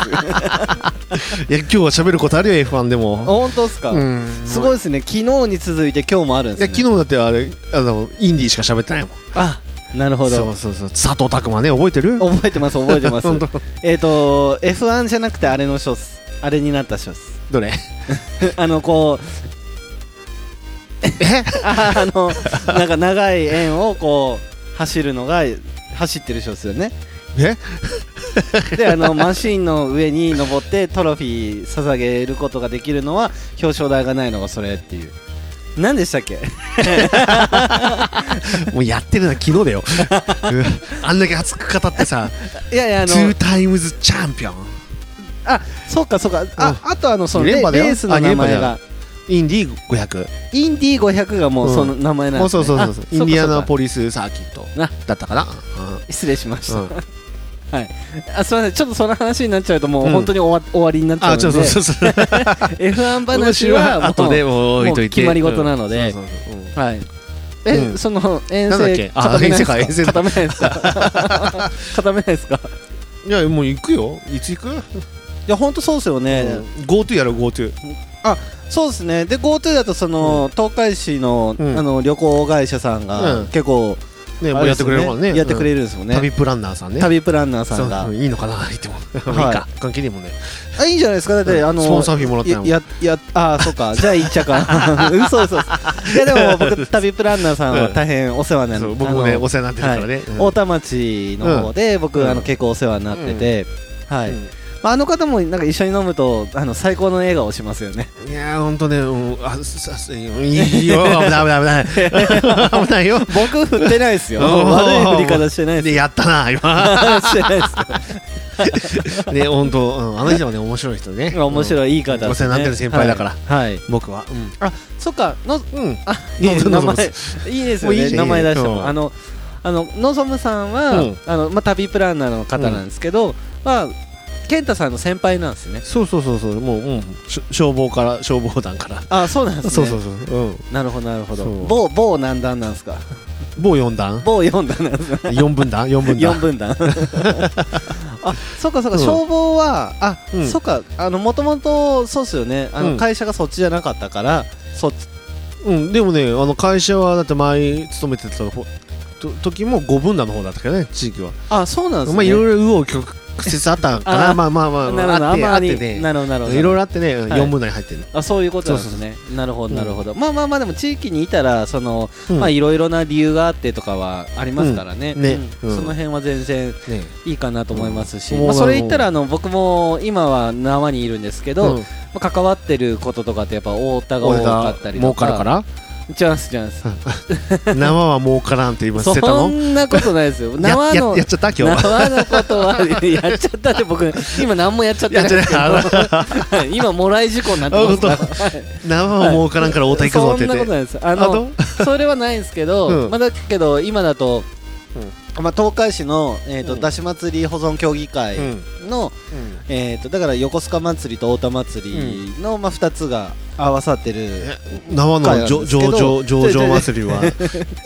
S3: 今日は喋ることあるよ F1 でも
S2: 本当ですか、
S3: うん
S2: すごいですね昨日に続いて今日もあるん
S3: い
S2: で
S3: や
S2: すね
S3: 昨日だってあれあのインディーしか喋ってないもん
S2: あなるほ
S3: そ
S2: ど
S3: うそうそう佐藤拓磨ね覚えてる
S2: 覚えてます覚えてます
S3: 本当
S2: えっ、と F1 じゃなくてあれの人っすあれになった人っす
S3: どれ
S2: あのこう
S3: え
S2: ああのなんか長い円をこう走るのが走ってる人ですよね
S3: え
S2: であ のマシンの上に登ってトロフィー捧げることができるのは表彰台がないのがそれっていう何でした っけ
S3: もうやってるな昨日 だようわあんだけ熱く語ってさ
S2: いやい やあ
S3: 「
S2: の
S3: 2タイムズチャンピオン
S2: あそうかそうかああとあのそのレ
S3: 二連覇だよ
S2: レースの名前が
S3: あインディー500」
S2: インディー500がもうその名前なんで
S3: もう
S2: す、ね
S3: そうそうそうそう
S2: あ
S3: インディア
S2: そうか
S3: ナ
S2: そうか
S3: ポリスサーキット
S2: な
S3: だったかな
S2: 失礼しまし
S3: う
S2: た、
S3: んうん
S2: あすみませんちょっとその話になっちゃうともう
S3: うん
S2: 本当に終わ,、終わりになっちゃう
S3: あ
S2: ので
S3: そうそうそうそう
S2: F1 話はもう
S3: 後でもう置いといて
S2: もう決まり事なので
S3: うんそうそうそううん
S2: はいえ、
S3: うん
S2: その遠
S3: なんだっ
S2: 征
S3: けあ
S2: 固めないですか
S3: 遠征か
S2: 固めないですか 固めないですか
S3: いやもう行くよいつ行く
S2: いや本当そうですよね、
S3: GoTo やろ GoTo
S2: そうですねで GoTo だとその、東海市の,、
S3: うん
S2: あの旅行会社さんが、
S3: うん
S2: 結構
S3: ねも
S2: あ
S3: うや
S2: で
S3: っ
S2: す
S3: て
S2: よ
S3: くれるもんね
S2: やってく
S3: る
S2: れるんですもんね、
S3: 旅プランナーさんね
S2: 旅プランナーさんが
S3: そういいのかな言っても
S2: はい
S3: まあいいか関係ねえもんね
S2: あいいんじゃないですかだって、
S3: うん
S2: あの
S3: スポンサーフィーもらった
S2: や
S3: よ
S2: ややあーそうかじゃあいっちゃうか 嘘嘘嘘いや でも僕旅プランナーさんは大変お世話にな
S3: そ
S2: る
S3: う僕もねお
S2: 世
S3: 世話になってるからねうん
S2: 太田町の方で僕、
S3: うん
S2: あの結構お世話になってて、はい、
S3: うん
S2: まあ、あの方もなんか一緒に飲むとあの最高の笑顔をしますよ ね
S3: いやーほんとね、うん、あすすすい いよ危ない危ない危ない危ないよ
S2: 僕振ってないですよ
S3: お ー
S2: 悪い 振り方してないです
S3: でやったな 今
S2: してない です
S3: ね本当、うん、あの人はね面白い人ね
S2: 面
S3: い、
S2: 白いいい方です、ね、
S3: お世話になってる先輩だから
S2: はい、はい
S3: うん僕はうん
S2: あそっかの
S3: うん
S2: あいい
S3: どう
S2: ね
S3: ぞ
S2: 名
S3: どうぞ
S2: 前いいですよ
S3: もういい
S2: ね
S3: じゃん
S2: 名前出して
S3: いいじゃ
S2: も
S3: ん
S2: あのあのノソムさんは、
S3: うん
S2: あのまあ旅プランナーの方なんですけど、まあ健太さんの先輩なんですね
S3: そうそうそうそうもう、うん、し消防から消防団から、
S2: あそうなんですね
S3: そうそうそう、うん、
S2: なるほどなるほど
S3: そう
S2: 某某何段なんですか
S3: 某4段
S2: 某4段なんですね
S3: 4分 段4分
S2: 4
S3: 段
S2: 分 段あそうかそうか、
S3: うん
S2: 消防はあ、
S3: うん
S2: そうかあのもともとそうっすよねあの、
S3: うん
S2: 会社がそっちじゃなかったからそっち
S3: うんでもねあの会社はだって前勤めてた方と時も5分段の方だったけどね地域は、
S2: あそうなんですね
S3: まあいろいろ右往曲折あったか
S2: あ
S3: ら
S2: ー
S3: まあまあまあ
S2: なるほど
S3: あ
S2: あ
S3: っ
S2: ん
S3: て
S2: ま
S3: あっ
S2: り
S3: てね
S2: なるほどなるほど
S3: いろいろあってね、うん
S2: はい
S3: 4分段に入ってる、
S2: あそういうことなんですねなるほどなるほど、まあまあまあでも地域にいたらその、
S3: うん
S2: まあいろいろな理由があってとかはありますからね,う、
S3: うんんねうん
S2: その辺は全然
S3: ね
S2: いいかなと思いますし、
S3: うん
S2: まあ、それ言ったらあの僕も今は縄にいるんですけど、
S3: うん
S2: まあ、関わってることとかってやっぱ太田が多
S3: 俺
S2: か
S3: が
S2: ったり
S3: 儲
S2: と
S3: か
S2: か
S3: るから
S2: チャンスチャンス
S3: 縄は儲からんって今捨てた
S2: そ
S3: の
S2: んなことないですよ
S3: や
S2: 縄
S3: や
S2: の
S3: やっちゃった今日は
S2: 縄のことはやっちゃったって僕今何もやっちゃってないですけど
S3: やっち
S2: 今もらい事故になってます からはい
S3: 縄は儲からんから大田行くぞっ
S2: そ
S3: て
S2: んな
S3: 言
S2: こ
S3: っ
S2: と
S3: て
S2: ないですあ
S3: あ
S2: の
S3: の
S2: それはないんですけど、
S3: うん
S2: まあ、だけど今だと、まあ、東海市の、えーと
S3: うん
S2: だし祭り保存協議会
S3: うん
S2: の、えー、とだから横須賀祭りと太田祭りの、まあ、2つが合わさってる
S3: うん縄の上
S2: 今回
S3: 上
S2: は
S3: 上
S2: ですけど
S3: 上上祭りは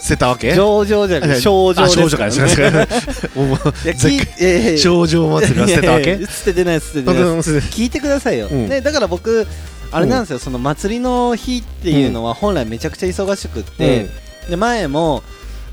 S3: 捨てたわけ
S2: 上場じゃなくて症状
S3: あ
S2: で
S3: 少
S2: すか
S3: 女から
S2: ね
S3: らすいませんもう
S2: いや
S3: ざっ
S2: きいやいやいや
S3: 上上祭りは 捨てたわ
S2: いや
S3: け
S2: いや捨ててない捨ててない
S3: うんす
S2: 聞いてくださいよ、
S3: うん
S2: ね、だから僕あれなんですよ、その祭りの日っていうのは本来めちゃくちゃ忙しくって、で前も、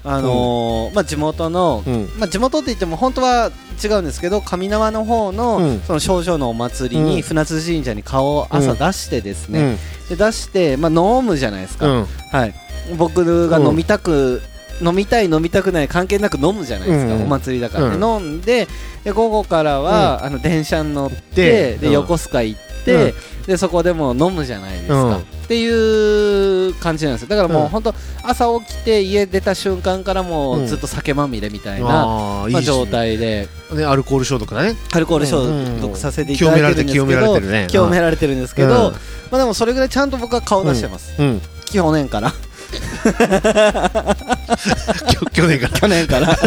S2: あのーまあ、地元の、
S3: うん
S2: まあ、地元って言っても本当は違うんですけど上縄の方の,、
S3: うん
S2: その少々のお祭りに、
S3: うん
S2: 船津神社に顔を朝出してです
S3: う
S2: ね、
S3: ん
S2: で出して、まあ、飲むじゃないですか、
S3: うん
S2: はい、僕が飲みたく、飲みたい飲みたくない関係なく飲むじゃないですか、
S3: うんうん
S2: お祭りだから、ね
S3: う
S2: 飲んでで午後からは、あの電車に乗って
S3: で
S2: で、
S3: うん
S2: 横須賀行って、でそこでもう飲むじゃないですか、
S3: うん
S2: っていう感じなんですよだからも
S3: う
S2: うん本当、朝起きて家出た瞬間からもうずっと酒まみれみたいな、
S3: あーい
S2: まあ、
S3: い
S2: 状
S3: 状態
S2: 態で
S3: ねアルコール消毒だね
S2: アルコール消
S3: うん
S2: 毒させていた
S3: 清
S2: だ
S3: めら
S2: い
S3: れ
S2: てる
S3: て
S2: んですけど、
S3: 清められてるね
S2: 清められてるんですけど、
S3: うん
S2: まあ、でもそれぐらいちゃんと僕は顔出してます、
S3: うん
S2: 去年から
S3: きょ 去年から
S2: 去年から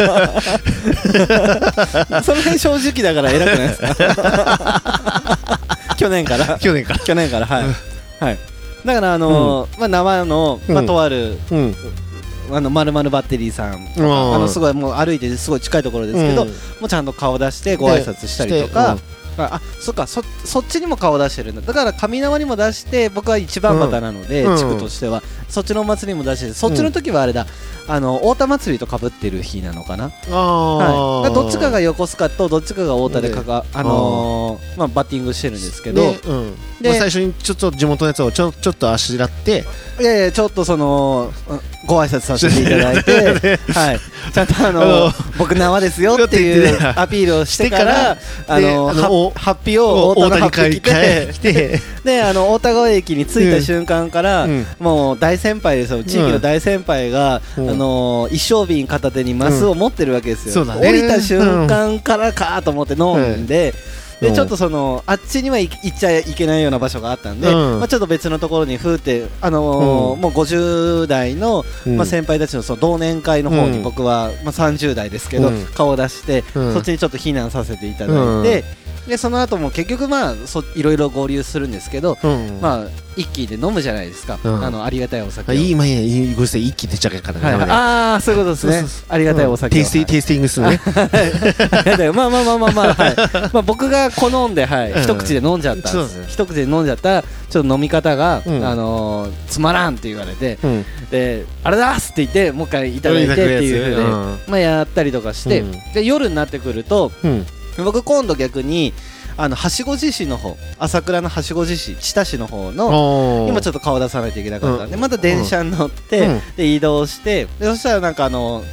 S2: その辺正直だから偉くないです か 去年から
S3: 去年から
S2: 去年からはい、はい、だからあのーまあ生の、まあ、
S3: うん
S2: とある、
S3: うん
S2: あのまるまるバッテリーさんとか
S3: うん
S2: あのすごいもう歩いてすごい近いところですけど、
S3: うん
S2: もうちゃんと顔出してご挨拶したりとか
S3: でし、
S2: ああそっかそそっちにも顔出してるんだだから上縄にも出して僕は一番旗なので、
S3: うん
S2: 地区としてはそっちのお祭りにも出してそっちの時はあれだ、あの太田祭りとかぶってる日なのかな
S3: あ
S2: はい、
S3: ー
S2: だからどっちかが横須賀とどっちかが太田でかか、あのーまあ、バッティングしてるんですけど、
S3: でうん
S2: で
S3: まあ最初にちょっと地元のやつをちょちょっとあしらって
S2: いやいやちょっとそのうんご挨拶させていただい て、はい、ちゃんと、あのー
S3: あの
S2: 僕縄ですよって
S3: って
S2: い
S3: 言っ
S2: う
S3: てね
S2: アピールをしてから
S3: してから
S2: あのー
S3: であのお
S2: ハッピーを太田
S3: 大
S2: の
S3: 田に
S2: ハッピー
S3: 帰
S2: 着て
S3: 帰来て
S2: であの大田川駅に着いた瞬間から、
S3: うん
S2: もう大先輩ですよ地域の大先輩が、
S3: うん
S2: あのー一升瓶片手にマスを持ってるわけですよ、
S3: うんそうだね
S2: 降りた瞬間からかと思って飲んで、
S3: うん
S2: でちょっとそのあっちには行行っちゃいけないような場所があったんで、
S3: うん
S2: まあ、ちょっと別のところにふーって、あのー
S3: うん
S2: もう50代の、
S3: う ん
S2: まあ、先輩たちのその同年会の方に
S3: うん
S2: 僕は、まあ、30代ですけど、
S3: うん
S2: 顔を出して、
S3: うん
S2: そっちにちょっと避難させていただいて、でその後も結局まあそいろいろ合流するんですけど、
S3: うん
S2: まあ、一気で飲むじゃないですか、
S3: うん
S2: あのありがたいお酒を
S3: あいいまあいいいいごめんなさい一気に出ちゃうからね
S2: はい
S3: ダメだよ
S2: ああそういうことですね
S3: そうそう
S2: ありがたいお酒を、
S3: テイスティテイスティングする ね
S2: はいありがたいまあまあまあまあまあ、はい、まあ僕が好んで、はい
S3: うん
S2: 一口で飲んじゃった
S3: そうですね
S2: 一口で飲んじゃったちょっと飲み方が、
S3: うん
S2: あのーつまらんって言われて
S3: うん
S2: であれだっすって言ってもう一回いただいてっていう風
S3: いただく
S2: で、
S3: やつね
S2: まあ、やったりとかして、
S3: うん
S2: で夜になってくると
S3: うん
S2: 僕今度逆にあのはしご獅子の方朝倉のはしご獅子知多市の方の今
S3: 今
S2: ちょっと顔出さないといけなかったんで、
S3: うん
S2: また電車に乗って、
S3: うん
S2: で移動してでそしたらなんかあの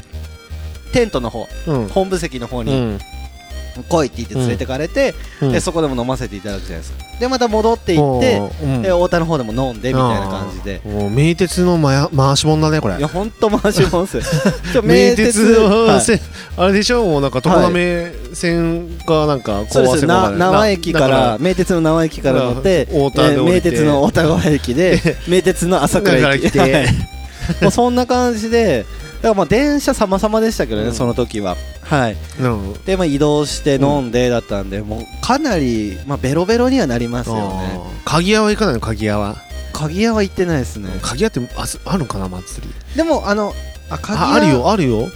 S2: テントの方
S3: うん
S2: 本部席の方に
S3: ん
S2: 来いって言って連れてかれて、
S3: うん
S2: でそこでも飲ませていただくじゃないですかでまた戻って行って、
S3: うん
S2: で太田の方でも飲んでみたいな感じで
S3: もう名鉄のまや回し者だねこれ
S2: いやほんと回しも んっすよちょ
S3: 名鉄の
S2: はい
S3: 線、あれでしょもうなんか常滑線がなんか
S2: そうです
S3: 壊せ
S2: な
S3: ばね
S2: 縄駅から名鉄の縄駅から乗って
S3: うん大田で
S2: えー
S3: 降
S2: 名
S3: りて
S2: 鉄の大田川駅で 名鉄の朝
S3: だか
S2: 倉
S3: ら
S2: 駅
S3: 来て
S2: もうそんな感じでだからまあ電車様々でしたけどね、
S3: うん
S2: その時ははい
S3: うん
S2: でまあ移動して飲んでだったんで、もうかなり、まあ、ベロベロにはなりますよね
S3: あー鍵屋は行かないの鍵屋は
S2: 鍵屋は行ってないですね
S3: 鍵屋ってあすあるのかな祭り
S2: でもあのあ鍵屋
S3: ああるよあるよ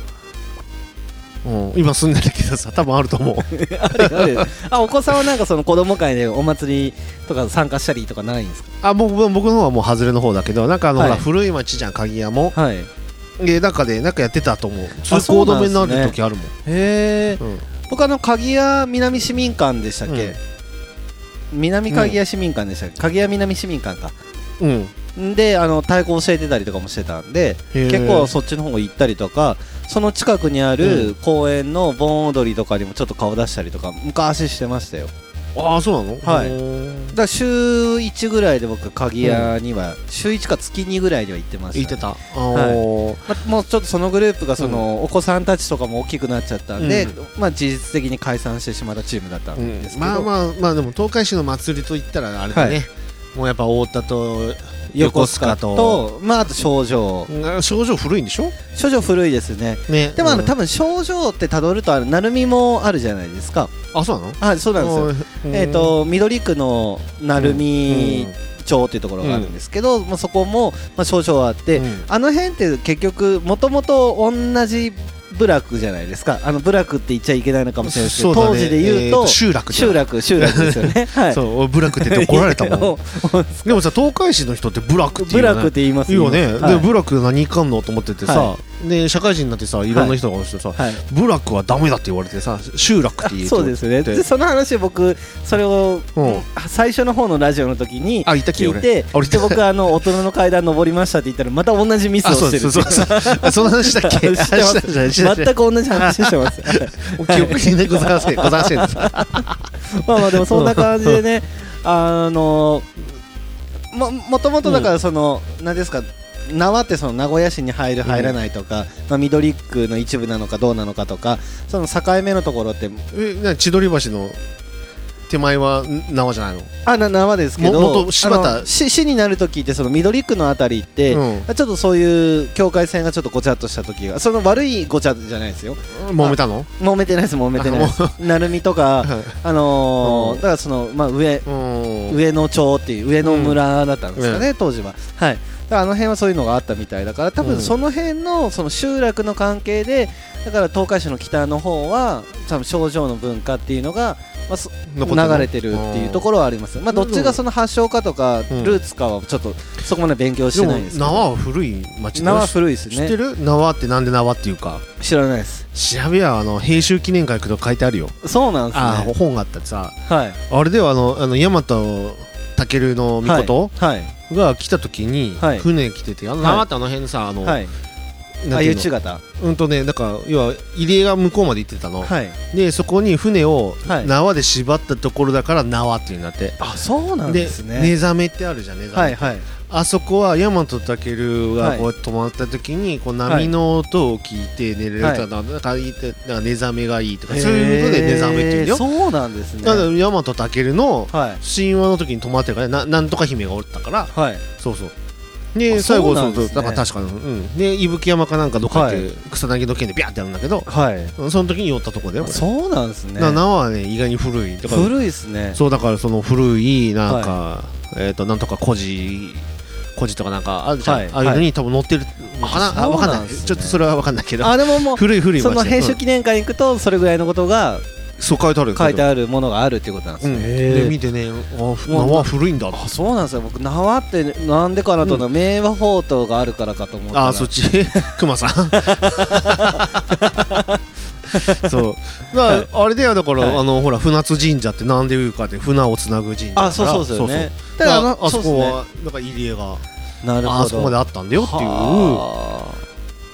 S3: うん今住んでるけどさ多分ある と思う
S2: あるよあるよあお子さんはなんかその子供会でお祭りとか参加したりとかないんです
S3: あ僕僕の方はもう外れの方だけどなんかあの、
S2: はい
S3: ほら古い町じゃん鍵屋も
S2: かはいへ
S3: で中でなんかやってたと思う通行
S2: そうな
S3: 止
S2: ん
S3: め
S2: ですね
S3: になる時あるもん
S2: え
S3: うん
S2: 僕あの鍵屋南市民館でしたっけ、南鍵屋市民館でしたっけ、鍵屋南市民館か
S3: うん、
S2: んであの太鼓教えてたりとかもしてたんで
S3: へー
S2: 結構そっちの方行ったりとかその近くにあ
S3: う
S2: る公園の盆踊りとかにもちょっと顔出したりとか昔してましたよ
S3: ああそうなの
S2: はい
S3: い
S2: だから週1ぐらいで僕鍵屋には、週1か月2ぐらいでは行ってましたね、
S3: 行ってたあー
S2: まあもうちょっとそのグループがその、お子さんたちとかも大きくなっちゃったんで、
S3: う
S2: まあ事実的に解散してしまったチームだったん
S3: うん
S2: ですけど、
S3: まあまあまあでも東海市の祭りといったらあれだね、
S2: は
S3: もうやっぱ太田と
S2: 横
S3: 横須
S2: 須賀
S3: 賀と
S2: と、まあ、あと少女
S3: うん症状古いんでしょ
S2: 少女古いですね
S3: ね
S2: でもあの、
S3: うん
S2: 多分少女ってたどるとある成海もあるじゃないですか
S3: あそうなの
S2: あそうなんですよ
S3: うん
S2: えっ、と緑区の成海町っていうところがあるんですけど、まあ、そこも、まあ、少々あって、
S3: うん
S2: あの辺って結局もともと同じ部落じゃないですかあの部落って言っちゃいけないのかもしれないですけ
S3: そ
S2: ど、
S3: うだね
S2: 当時で言う
S3: えー
S2: と、
S3: 集落じゃん
S2: 集落集落ですよねはい
S3: そう俺部落って言って怒られたもん
S2: い
S3: でもさ東海市の人って部落って
S2: や部
S3: 言うよ
S2: 落
S3: ね
S2: って言います
S3: 言うよね、
S2: はい
S3: で部落何いかんのと思っててさ、
S2: は
S3: で社会人になってさいろんな人がしてさ、
S2: はい
S3: 部落はダメだって言われてさ集落って言う
S2: そうですね
S3: で
S2: でその話を僕それを、
S3: うん
S2: 最初の方のラジオの時に
S3: あ言ったっけ
S2: 聞
S3: 俺
S2: いて
S3: あ俺
S2: で僕あの大人の階段登りましたって言ったらまた同じミスを
S3: あそ
S2: し
S3: う
S2: て
S3: で
S2: る
S3: すそうそうあその話だっけ
S2: 知ってます
S3: あしたしたした
S2: 全く同じ話して ます
S3: お記憶にねございませんございませんで す
S2: まあまあでもそんな感じでねあのももともとだからその、なんですか縄ってその名古屋市に入る入らないとか、まあ、緑区の一部なのかどうなのかとかその境目のところって
S3: えな千鳥橋の手前はん縄じゃないの
S2: あな縄ですけど
S3: も元柴田
S2: あの市市になるときってその緑区のあたりって、
S3: うん
S2: ちょっとそういう境界線がちょっとごちゃっとした時がその悪いごちゃじゃないですよ
S3: 揉めたの
S2: 揉めてないです揉めてないです成海とかあのーだからその、まあ、上
S3: うん
S2: 上野町っていう上野村だったんですかね、当時ははいだからあの辺はそういうのがあったみたいだから多
S3: うん
S2: 分その辺のその集落の関係でだから東海市の北の方は多分症状の文化っていうのが、まあ、そ
S3: 残ってる
S2: 流れてるっていうところはありますまあどっちがその発祥かとか
S3: うん
S2: ルーツかはちょっとそこまで勉強して
S3: でも
S2: ないですけど
S3: 縄は古い町
S2: 縄は古いです
S3: 知って
S2: ね
S3: る縄ってなんで縄っていうか
S2: 知らないです
S3: 調べやあの平州記念会とか書いてあるよ
S2: そうなんです
S3: あ
S2: ね
S3: 本があったりさ
S2: はい
S3: あれではあのあの大和武
S2: は
S3: の
S2: い
S3: 御事
S2: はい
S3: が来た時に
S2: はい
S3: 船来ててあの縄ってあの辺さあの
S2: はい
S3: な
S2: あ
S3: んてい
S2: ゆ
S3: う
S2: ち
S3: の
S2: 型
S3: うんとねだから要は入江が向こうまで行ってたの
S2: はい
S3: でそこに船を
S2: はい
S3: 縄で縛ったところだから縄っていうんだって
S2: あそうなんです
S3: ネ
S2: ね
S3: ザメってあるじゃんネザメ、
S2: はいはい
S3: あそこはヤマトタケル
S2: は
S3: が
S2: い
S3: こう止まった時にこう波の音を聞いて寝れる
S2: はい
S3: とかなんかいいってなんかネザメがいいとかそういうことでネザメっていう
S2: へ
S3: んだ
S2: ー
S3: よ
S2: そうなんですね
S3: だからヤマトタケルの
S2: はい
S3: 神話の時に止まってるからななんとか姫がおったから
S2: はい
S3: そうそうで
S2: あ
S3: 最後
S2: そうな
S3: そうんそ
S2: です
S3: う
S2: ね
S3: だから確かに、うん、で伊吹山かなんかどっかで
S2: は
S3: 草薙の剣でビャーってやるんだけど、
S2: はい
S3: その時に寄ったとこだよこれ
S2: そうなんですね
S3: だから縄はね意外に古いだから
S2: 古いですね
S3: そうだからその古いなんか、えっ、となんとか孤児孤児とかなんかあるじゃん、
S2: はい
S3: ああいうのに多分乗ってるのかな、
S2: あ
S3: あわか
S2: そう
S3: ん
S2: な
S3: なんい
S2: ですね
S3: ちょっとそれはわかんないけど
S2: あでももう
S3: 古い古い
S2: その
S3: で
S2: 編集記念会に行くとそれぐらいのことが
S3: うんそう書いてある
S2: 書いて
S3: る
S2: あるものがあるっていうことなんです
S3: う
S2: ね
S3: ん、で見てねあふ
S2: もう
S3: 縄古いんだって
S2: あそうなんですよ僕縄ってなんでかなと思ったら明和法灯があるからかと思ったら
S3: あーそっち クマさん そうだからあれだよだから、
S2: はい
S3: あのほら船津神社ってなんでいうかって船をつなぐ神社だから
S2: あそうそうですよね
S3: だ
S2: だ
S3: か
S2: かららあ
S3: あ
S2: の
S3: あそ
S2: そうっ
S3: こ
S2: すね
S3: はなんか入江が
S2: なるほど
S3: あそこまであったんだよっていう
S2: は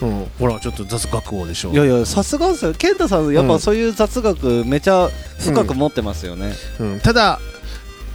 S3: うん、ほらちょっと雑学王でしょ
S2: あいやいやさすがですよ健太さんやっ
S3: う
S2: ぱ
S3: ん
S2: そういう雑学めちゃ深く持ってますよね
S3: うん、ただ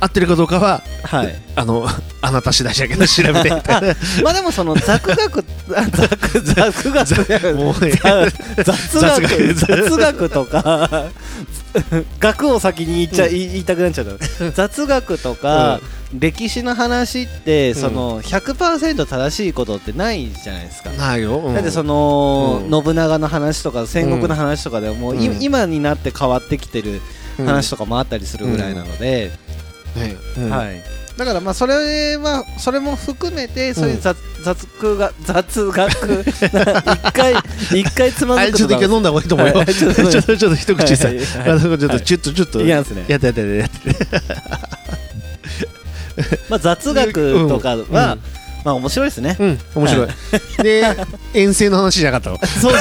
S3: 合ってるかどうかは
S2: はい
S3: あの あなた次第じゃけど調 べてみたい
S2: まあでもその雑 学あ雑学雑学じゃない
S3: なもうね
S2: 雑雑
S3: 雑
S2: 学
S3: 学
S2: 雑学とか 学を先に言っちゃ、い言いたくなっちゃった雑学とか、歴史の話ってその100%正しいことってないじゃないですか、
S3: ないよ、うん
S2: だってその、
S3: うん
S2: 信長の話とか戦国の話とかでも、うい
S3: うん
S2: 今になって変わってきてる
S3: うん
S2: 話とかもあったりするぐらいなので、
S3: ねうん
S2: はい、だからまあそれはそれも含めてそういう雑,、学が 雑学一 回一回つまず
S3: あれ
S2: く
S3: ちょっと一回
S2: と
S3: 飲んだ方がいいと思うよ、
S2: はい
S3: ちょっとちょっと ちょっと一口さ、
S2: はいはいはい
S3: あのちょっとちょっとちょっと
S2: いやんすね
S3: やってやってやって
S2: まあ雑学とかは、
S3: うん
S2: まあ面白いですね、
S3: うん面白い、で遠征の話じゃなかっ
S2: そうそうで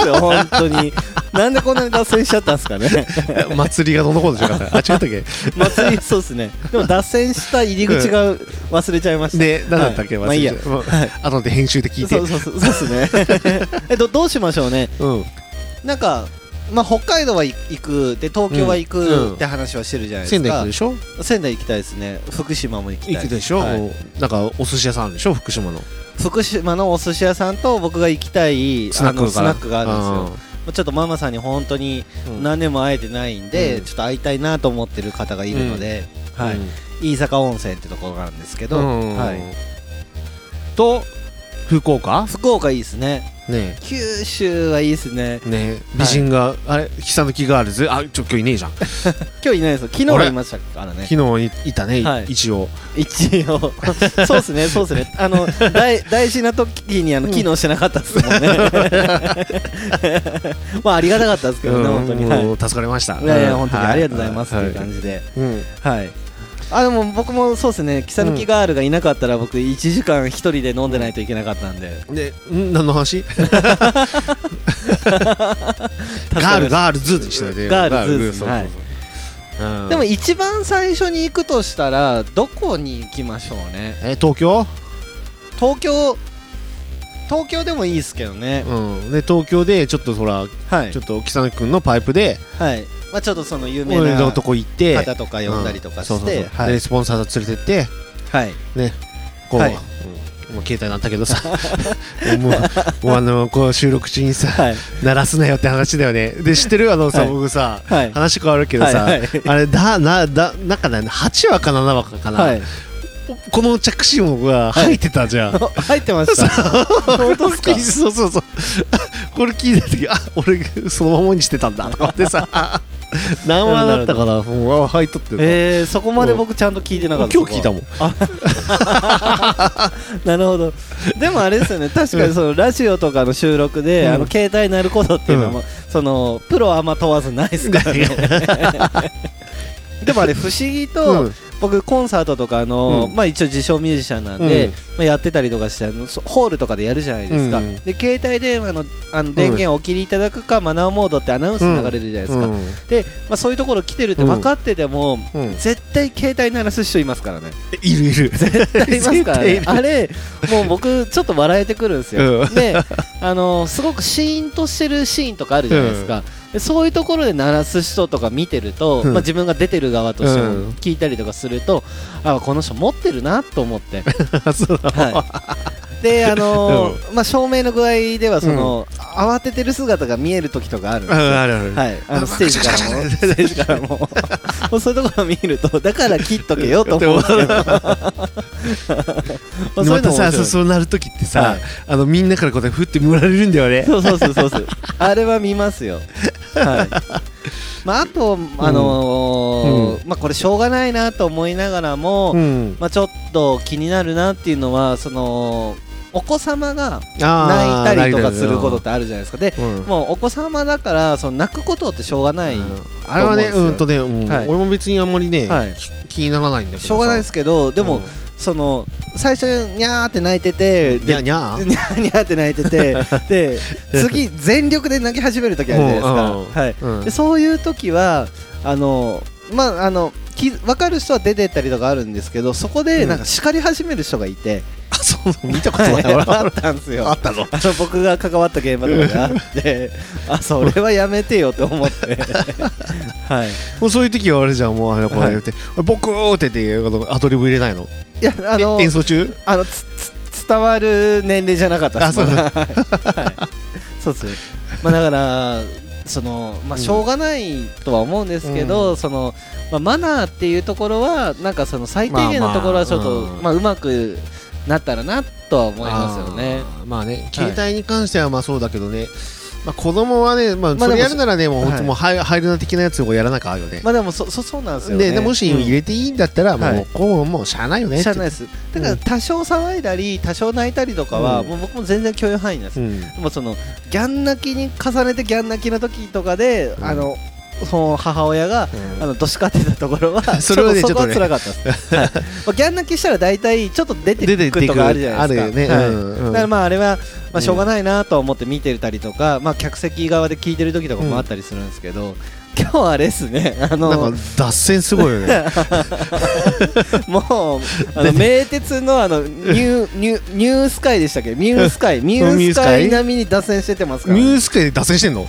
S2: すよ本当になんでこんなに脱線しちゃったんですか ね
S3: た の祭りがどのことじゃなかったあ違ったっけ
S2: 祭りそうですねでも脱線した入り口が忘れちゃいました
S3: で、何だったっけ、
S2: はいまあいいや
S3: 忘れちゃうまあ後で編集で聞いて
S2: そう。そうそうそうですね えどどうしましょうね
S3: うん
S2: なんかまあ北海道は行くで東京は行
S3: うん
S2: くって話はしてるじゃないで
S3: 仙
S2: す
S3: 台行
S2: か、
S3: くでしょ
S2: 仙台行きたいですね福島も行きたい
S3: 行くでしょ
S2: はい
S3: なんかお寿司屋さんあるでしょ福島の。
S2: 福島のお寿司屋さんと僕が行きたい
S3: スナッ
S2: あ
S3: ク
S2: のス
S3: か
S2: ナ
S3: ら
S2: ックがあるんですよまあちょっとママさんに本当に
S3: うん
S2: 何年も会えてないんで、
S3: うん
S2: ちょっと会いたいなと思ってる方がいるので、
S3: うん
S2: はい、飯坂温泉ってところがあるんですけど、
S3: うん
S2: はい、
S3: と、福岡
S2: 福岡いいですね
S3: ね
S2: 九州はいいですね
S3: えねえ美人が、あれ、久抜きガールズ、あ、ちょ、今日いねえじゃん。昨
S2: 今日いないですよ昨日はいましたからね
S3: 日いいたね
S2: はい、
S3: 一応。
S2: 一 応そうですねそうですねあの大大事な時にあの機能してなかったですもん ねまあありがたかったですけどね本当に、はい
S3: もう助かりました。
S2: いやいや
S3: うん
S2: 本当に
S3: は
S2: ありがとうございますっていう
S3: は
S2: 感じで、
S3: うん
S2: はい。あでも僕もそうですね、キサヌキガールがいなかったら僕1時間一人で飲んでないといけなかったんで、
S3: で、ん何 の話ガール、ガールズってしてたね
S2: ガールズですね
S3: ガールズそうそうそううん
S2: でも一番最初に行くとしたらどこに行きましょうね。
S3: え東京
S2: 東京東京でもいいですけどね。
S3: うんで東京でちょっとほら
S2: はい
S3: ちょっと北野君のパイプで
S2: はい。まあちょっとその有名
S3: 俺
S2: な
S3: のと
S2: 方
S3: こ行って
S2: とか呼んだりとかし
S3: うんそう
S2: て、
S3: そうそう
S2: は
S3: で
S2: い
S3: スポンサー連れてって
S2: はい
S3: こう、
S2: はい
S3: うんもう携帯なったけ どさもうもうあのこう収録中にさ、
S2: はい
S3: 鳴らすなよって話だよねで知ってるあのさ、
S2: はい
S3: 僕さ、
S2: はい
S3: 話変わるけどさ、
S2: はいはい
S3: あれだなだなんかね8話か7話かな、
S2: はい。
S3: この着信音が入ってたじゃ ん、
S2: 入ってました。本当ですか。
S3: そうそうそうこれ聞いた時あ俺そのままにしてたんだと思って さ何話だったかなもうあ入っとってた
S2: えー、そこまで僕ちゃんと聞いてなかった。
S3: 今日聞いたもん
S2: なるほどでもあれです よね確かにそのラジオとかの収録で、
S3: うん
S2: あの携帯鳴ることっていうのはもう、そのプロあんま問わずないですから ねでもあれ不思議と、
S3: うん
S2: 僕コンサートとかあの、
S3: うん
S2: まあ一応自称ミュージシャンなんで、
S3: うん
S2: まあ、やってたりとかしてあのそホールとかでやるじゃないですか、
S3: うん
S2: で携帯電話のあの電源をお切りいただくか、マナーモードってアナウンス流れるじゃないですか、
S3: うん
S2: で、まあ、そういうところ来てるって分かってても、
S3: うん
S2: 絶対携帯鳴らす人いますからね
S3: い るいる
S2: あります からね
S3: 絶
S2: あれもう僕ちょっと笑えてくるんですよ、
S3: うん
S2: であのすごくシーンとしてるシーンとかあるじゃないですか、でそういうところで鳴らす人とか見てると、
S3: うん
S2: まあ、自分が出てる側として
S3: うん
S2: も聞いたりとかすると、あこの人持ってるなと思 って、
S3: そうだ
S2: はい、であのーまあ、照明の具合ではその、慌ててる姿が見える時とかあるん
S3: う
S2: で
S3: ん
S2: すよ、
S3: あるある
S2: はい、あのステージからも、ステージから も、も うそういうところ見ると、だから切っとけよと思うんですけど、そういうのも面白
S3: でまたさそう
S2: い
S3: そうなるときって
S2: は
S3: さ
S2: い
S3: あのみんなからこうやってふってもられるんだよね
S2: そうそうそうそうそう。 あれは見ますよ。はい。まああとあのーまあこれしょうがないなと思いながらも、
S3: うん
S2: まあちょっと気になるなっていうのはそのお子様が
S3: あー
S2: 泣いたりとかすることってあるじゃないですか。で、
S3: うん
S2: もうお子様だからその泣くことってしょうがない。
S3: うんあれはね
S2: と思う
S3: う
S2: んんです
S3: と
S2: よ
S3: ねうん
S2: はい
S3: 俺も別にあんまりね
S2: はい
S3: き気にならないんだけど
S2: しょうがないですけど、でも、その最初ににゃーって泣いてて、
S3: にゃ
S2: で
S3: にゃ
S2: にゃー にゃーって泣いててで次全力で泣き始める時あるじゃないです
S3: うんうん
S2: か、はい
S3: うん
S2: でそういう時はあのま ああのき分かる人は出てったりとかあるんですけどそこでなんか叱り始める人がいて、
S3: あそうそう見たことないわ
S2: あったんですよ
S3: あったの
S2: あの僕が関わった現場とかがあ ってあそれはやめてよと思って はい
S3: もうそういう時はあれじゃんもうあれこうやって「僕!」って言ってアドリブ入れないの
S2: いやあの
S3: 演奏中
S2: あのつつ伝わる年齢じゃなかったです
S3: あそう
S2: まだはいそうですまあだからそのまあ
S3: うん
S2: しょうがないとは思うんですけど、そのまあマナーっていうところはなんかその最低限
S3: まあ
S2: の
S3: まあ
S2: ところはちょっと
S3: うん
S2: まあうまくなったらなとは思いますよね。
S3: あーまあね携帯に関してはまあそうだけどね、まあ、子供はね、まあ、
S2: まあで
S3: そ
S2: も
S3: れやるならね、もう本
S2: は
S3: 当
S2: い
S3: もう入入るな的なやつをやらなきゃあるよね。
S2: まあでもそそそうなんですよね。
S3: ででもし
S2: うん
S3: 入れていいんだったら、もう、
S2: はい
S3: こうもうしゃあないよねって。
S2: 知らないですだから多少騒いだり多少泣いたりとかは、
S3: うん
S2: もう僕も全然許容範囲なんです、
S3: うん
S2: でもそのギャン泣きに重ねてギャン泣きの時とかで、
S3: ん
S2: あのその母親が、
S3: うん
S2: あのどしかってたとこ ろは
S3: それはね
S2: ちょっとそこは
S3: ちょ
S2: 辛
S3: っとね
S2: かったです、はいまあ、ギャン泣きしたら大体ちょっと出て
S3: 出て
S2: くるとかあるじゃないですか
S3: あるよね。
S2: はい
S3: うんう
S2: だ
S3: ん
S2: からまああれは、まあ、しょうがないなと思って見てたりとか、まあ、客席側で聞いてる時とかもあったりするんですけど、今日はあれですねあの
S3: なんか脱線すごいよ ね。
S2: もうあ の名鉄のあのニューニューニュースカイでしたっけミュースカイミュ
S3: ミ
S2: ー
S3: ュー
S2: ス
S3: ス
S2: カ
S3: カ
S2: イ
S3: イ
S2: 並みに脱線しててますか
S3: ミ
S2: ら、
S3: ュース界で脱線してんの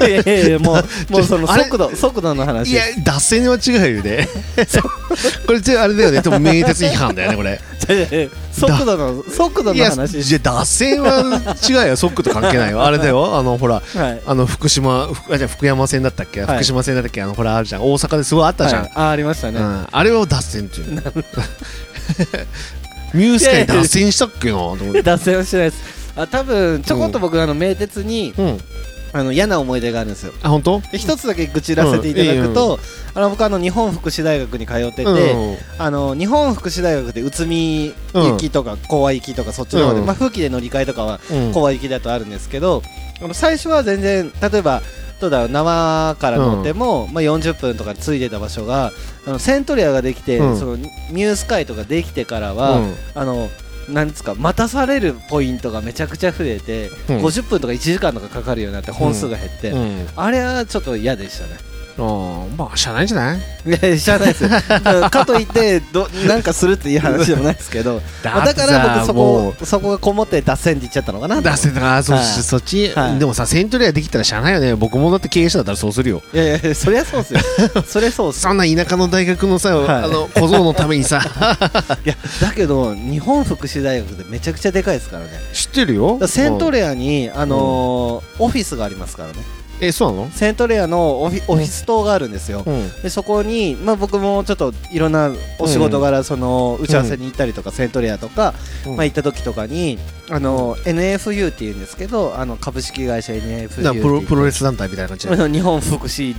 S2: いやいやいやもうもうその
S3: あれ
S2: 速度速度の話
S3: いや、脱線は違うよ ね。これ、ちょあれだよね。でも、名鉄違反だよね、これ。
S2: いやいやいや 速度の速度
S3: い
S2: の
S3: や、
S2: 話
S3: じゃ脱線は違うよ。ソックと関係ないよ。あれだよ。あの、ほら、
S2: はい
S3: あの福島福あじゃあ福山線だったっけ、
S2: はい
S3: 福島線だったっけあのほらあるじゃん大阪ですごいあったじゃん、
S2: はいあありましたね、
S3: うん、あれを脱線っていうの ミュース界脱線したっけなと思って
S2: 脱線はしてないですあ多分ちょこっと僕、あの名鉄に
S3: うん
S2: あの嫌な思い出があるんですよ
S3: あ本当
S2: で一つだけ愚痴らせていただくと、あの僕あの日本福祉大学に通ってて、
S3: うん
S2: あの日本福祉大学で宇都宮行きとか高和行きとかそっちの方で、
S3: うん
S2: まあ、風紀で乗り換えとかは
S3: うん
S2: 高和行きだとあるんですけど、あの最初は全然例えばどうだろう縄から乗っても、まあ、40分とかついてた場所があのセントリアができて、
S3: うん
S2: そのニュース会とかできてからは、
S3: うん
S2: あのなんですか待たされるポイントがめちゃくちゃ増えて、
S3: うん
S2: 50分とか1時間とかかかるようになって本数が減って、
S3: うん
S2: あれはちょっと嫌でしたね。
S3: ああまあしゃあないんじゃない
S2: いやいや知らない ですよかといってどなんかするっていう話でもないですけ どまあだ
S3: って
S2: か
S3: さ
S2: ら僕そ
S3: も
S2: こ
S3: う
S2: そこがこもって脱線って言っちゃったのかなと
S3: 脱線だからそ,、
S2: はい
S3: そっち、
S2: はい
S3: でもさセントリアできたらしゃあないよね僕もだって経営者だったらそうするよ
S2: いやいやそりゃそうっすよ そりゃそうっす
S3: そんな田舎の大学のさ、
S2: はい
S3: あの小僧のため にさ
S2: いやだけど日本福祉大学でめちゃくちゃでかいですからねだか
S3: 知ってるよ
S2: らセント
S3: リ
S2: レアに、あのーオフィスがありますからね
S3: アえそうなの
S2: セントレアのオフィオフィス棟があるんですよ、
S3: うん
S2: でそこに、まあ、僕もちょっといろんなお仕事柄その打ち合わせに行ったりとか、セントレアとか、
S3: うん
S2: まあ、行った時とかにあの NFU っていうんですけどあの株式会社 NFU って
S3: だからプロプ
S2: ロ
S3: ロレス団体みたいな感じだ よ
S2: 日本福 祉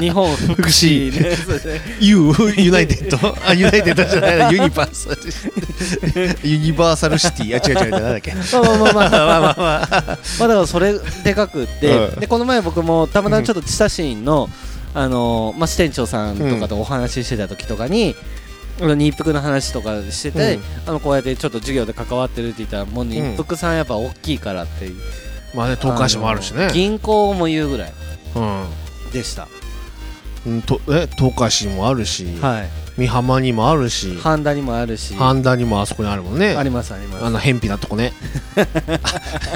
S2: 日本福祉ねそうですね
S3: U ユナイテッドあユナイテッドじゃないユニバーサルユニバーサルシティあ違う違う違うなんだっけ
S2: まあまあまあまあ
S3: まあまあまあ
S2: まあだからそれでかくって、
S3: うん
S2: でこの前僕もたまたまちょっと知多市の、あのーまあ、支店長さんとかとお話ししてた時とかに、あの日服の話とかしてて、
S3: うん
S2: あのこうやってちょっと授業で関わってるって言ったらもう日服さんやっぱ大きいからって、
S3: まあね東海市もあるし
S2: あ
S3: ね
S2: の銀行も言うぐらい
S3: うん
S2: でした
S3: うんとえ東海市もあるし
S2: はい
S3: 美浜にもあるし
S2: 半田にもあるし
S3: 半田にもあそこにあるもんね
S2: ありますあり
S3: あ
S2: ます
S3: の偏僻なと こねあ